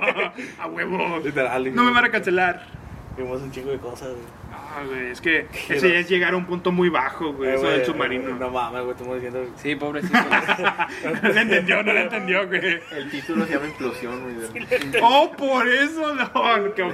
Speaker 3: a huevo.
Speaker 1: Literal.
Speaker 3: No me
Speaker 1: güey.
Speaker 3: van a cancelar.
Speaker 1: Vimos un chingo de cosas, güey.
Speaker 3: Ah, güey, es que eso ya es llegar a un punto muy bajo, güey.
Speaker 1: Eh,
Speaker 3: Eso del
Speaker 1: güey,
Speaker 3: submarino.
Speaker 1: No mames, güey, estamos diciendo.
Speaker 4: Sí, pobrecito. güey.
Speaker 3: No le entendió, no le entendió, güey.
Speaker 2: El título se llama Implosión, güey.
Speaker 3: Oh, por eso, no. Qué
Speaker 2: Sí,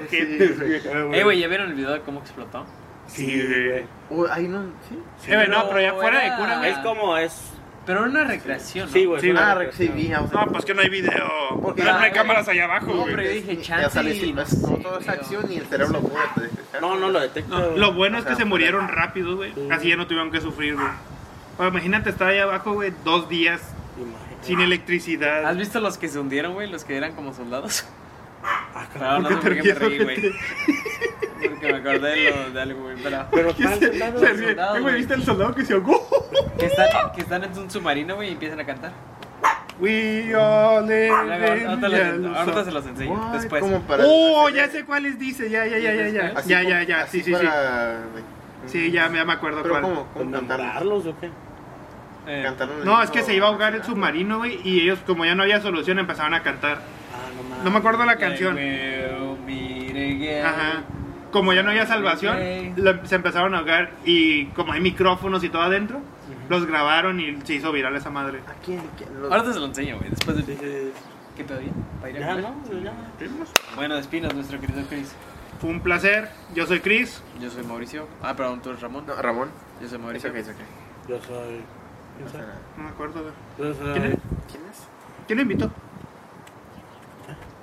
Speaker 3: objeto.
Speaker 2: güey.
Speaker 4: Eh, güey, ¿ya vieron el video de cómo explotó?
Speaker 3: Sí, güey.
Speaker 2: Oh, ahí no, sí.
Speaker 3: Eh, güey, no,
Speaker 4: pero
Speaker 3: pero ya fuera de cura, güey.
Speaker 1: Es como, es.
Speaker 4: Pero era una recreación, ¿no?
Speaker 1: Sí, güey.
Speaker 3: Sí,
Speaker 1: es una
Speaker 2: Ah,
Speaker 1: recreación.
Speaker 2: sí, vi. o sea,
Speaker 3: No, pues que no hay video.
Speaker 2: Porque-
Speaker 3: no
Speaker 4: Ah,
Speaker 3: hay
Speaker 4: güey.
Speaker 3: cámaras allá abajo,
Speaker 4: No,
Speaker 3: güey.
Speaker 4: pero yo dije,
Speaker 2: ya
Speaker 4: chance
Speaker 2: sale
Speaker 4: y-
Speaker 2: sin-
Speaker 4: no
Speaker 2: no,
Speaker 4: sé,
Speaker 2: todo es
Speaker 4: güey.
Speaker 2: acción y el cerebro puede detectar.
Speaker 1: No, no lo detecto. güey.
Speaker 3: Lo bueno es que
Speaker 2: O sea,
Speaker 3: se murieron rápido, güey.
Speaker 1: Sí.
Speaker 3: Así ya no tuvieron que sufrir, güey. Ahora, imagínate estar ahí abajo, güey, dos días
Speaker 1: Imagínate.
Speaker 3: sin
Speaker 4: ¿Has
Speaker 3: electricidad.
Speaker 4: visto los que se hundieron, güey? Los que eran como soldados.
Speaker 1: Ah, cabrón.
Speaker 4: Pero no sé
Speaker 3: ¿Por qué
Speaker 4: por qué
Speaker 3: te
Speaker 4: me reí,
Speaker 3: ríes?
Speaker 4: güey. Porque me acordé de, lo, de algo, güey. Pero
Speaker 1: Pero
Speaker 3: ¿Qué
Speaker 1: ¿cuál
Speaker 3: se-
Speaker 1: soldado?
Speaker 3: se ríe?
Speaker 4: soldado,
Speaker 3: Eh, güey,
Speaker 4: güey.
Speaker 3: ¿Viste el soldado que se ahogó?
Speaker 4: que están, que están en un submarino, güey, y empiezan a cantar.
Speaker 3: We all live
Speaker 4: Luego, Ahorita, les-
Speaker 3: in the
Speaker 4: ahorita se
Speaker 3: sun.
Speaker 4: los enseño. Después.
Speaker 2: Como para
Speaker 3: Oh, ya sé cuáles dice. Ya, ya, ya, ya, ya.
Speaker 2: Así
Speaker 3: Ya,
Speaker 2: como-
Speaker 3: ya, ya. Sí,
Speaker 2: así
Speaker 3: sí, sí.
Speaker 2: para-
Speaker 3: Sí, ya me ya me acuerdo
Speaker 2: Pero
Speaker 3: cuál.
Speaker 2: ¿cómo?
Speaker 1: ¿Con
Speaker 2: ¿Cómo cantarlo?
Speaker 1: nombrarlos o qué?
Speaker 4: Eh,
Speaker 2: Cantarlo en el
Speaker 3: No, es que
Speaker 2: mismo-
Speaker 3: se iba a ahogar el submarino, güey, y ellos, como ya no había solución, empezaron a cantar.
Speaker 1: Ah, no mames.
Speaker 3: No me acuerdo la
Speaker 4: I
Speaker 3: canción.
Speaker 4: will meet again.
Speaker 3: Ajá. Como ya no había salvación,
Speaker 4: Ok.
Speaker 3: la- se empezaron a ahogar y como hay micrófonos y todo adentro, los grabaron y se hizo viral esa madre.
Speaker 2: ¿A quién? quién los-
Speaker 4: Ahorita se lo enseño, güey. Después del
Speaker 1: Sí,
Speaker 4: video.
Speaker 1: sí, sí.
Speaker 4: ¿Qué pedo ya? ¿Para ir a
Speaker 1: Ya,
Speaker 4: comer?
Speaker 1: ¿no? Ya.
Speaker 4: Bueno, despinos, nuestro querido Chris.
Speaker 3: Fue un placer. Yo soy Chris.
Speaker 4: Yo soy Mauricio. Ah, perdón, tú eres Ramón.
Speaker 2: No, Ramón.
Speaker 4: Yo soy
Speaker 2: Es
Speaker 4: Mauricio.
Speaker 2: ok, es ok.
Speaker 1: Yo soy. Yo
Speaker 2: O
Speaker 1: soy.
Speaker 2: sea,
Speaker 3: No me acuerdo. güey.
Speaker 1: Yo soy.
Speaker 3: ¿Quién es?
Speaker 2: ¿Quién es?
Speaker 3: ¿Quién le invitó?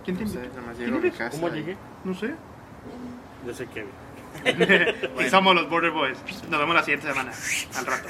Speaker 3: ¿Quién te
Speaker 2: No sé,
Speaker 3: invitó?
Speaker 2: nada más
Speaker 3: ¿Quién
Speaker 2: llego a mi
Speaker 3: eres?
Speaker 2: casa.
Speaker 1: ¿Cómo
Speaker 2: y-
Speaker 1: llegué?
Speaker 3: No sé.
Speaker 1: Yo soy Kevin.
Speaker 3: y somos los Border Boys. Nos vemos la siguiente semana. Al rato.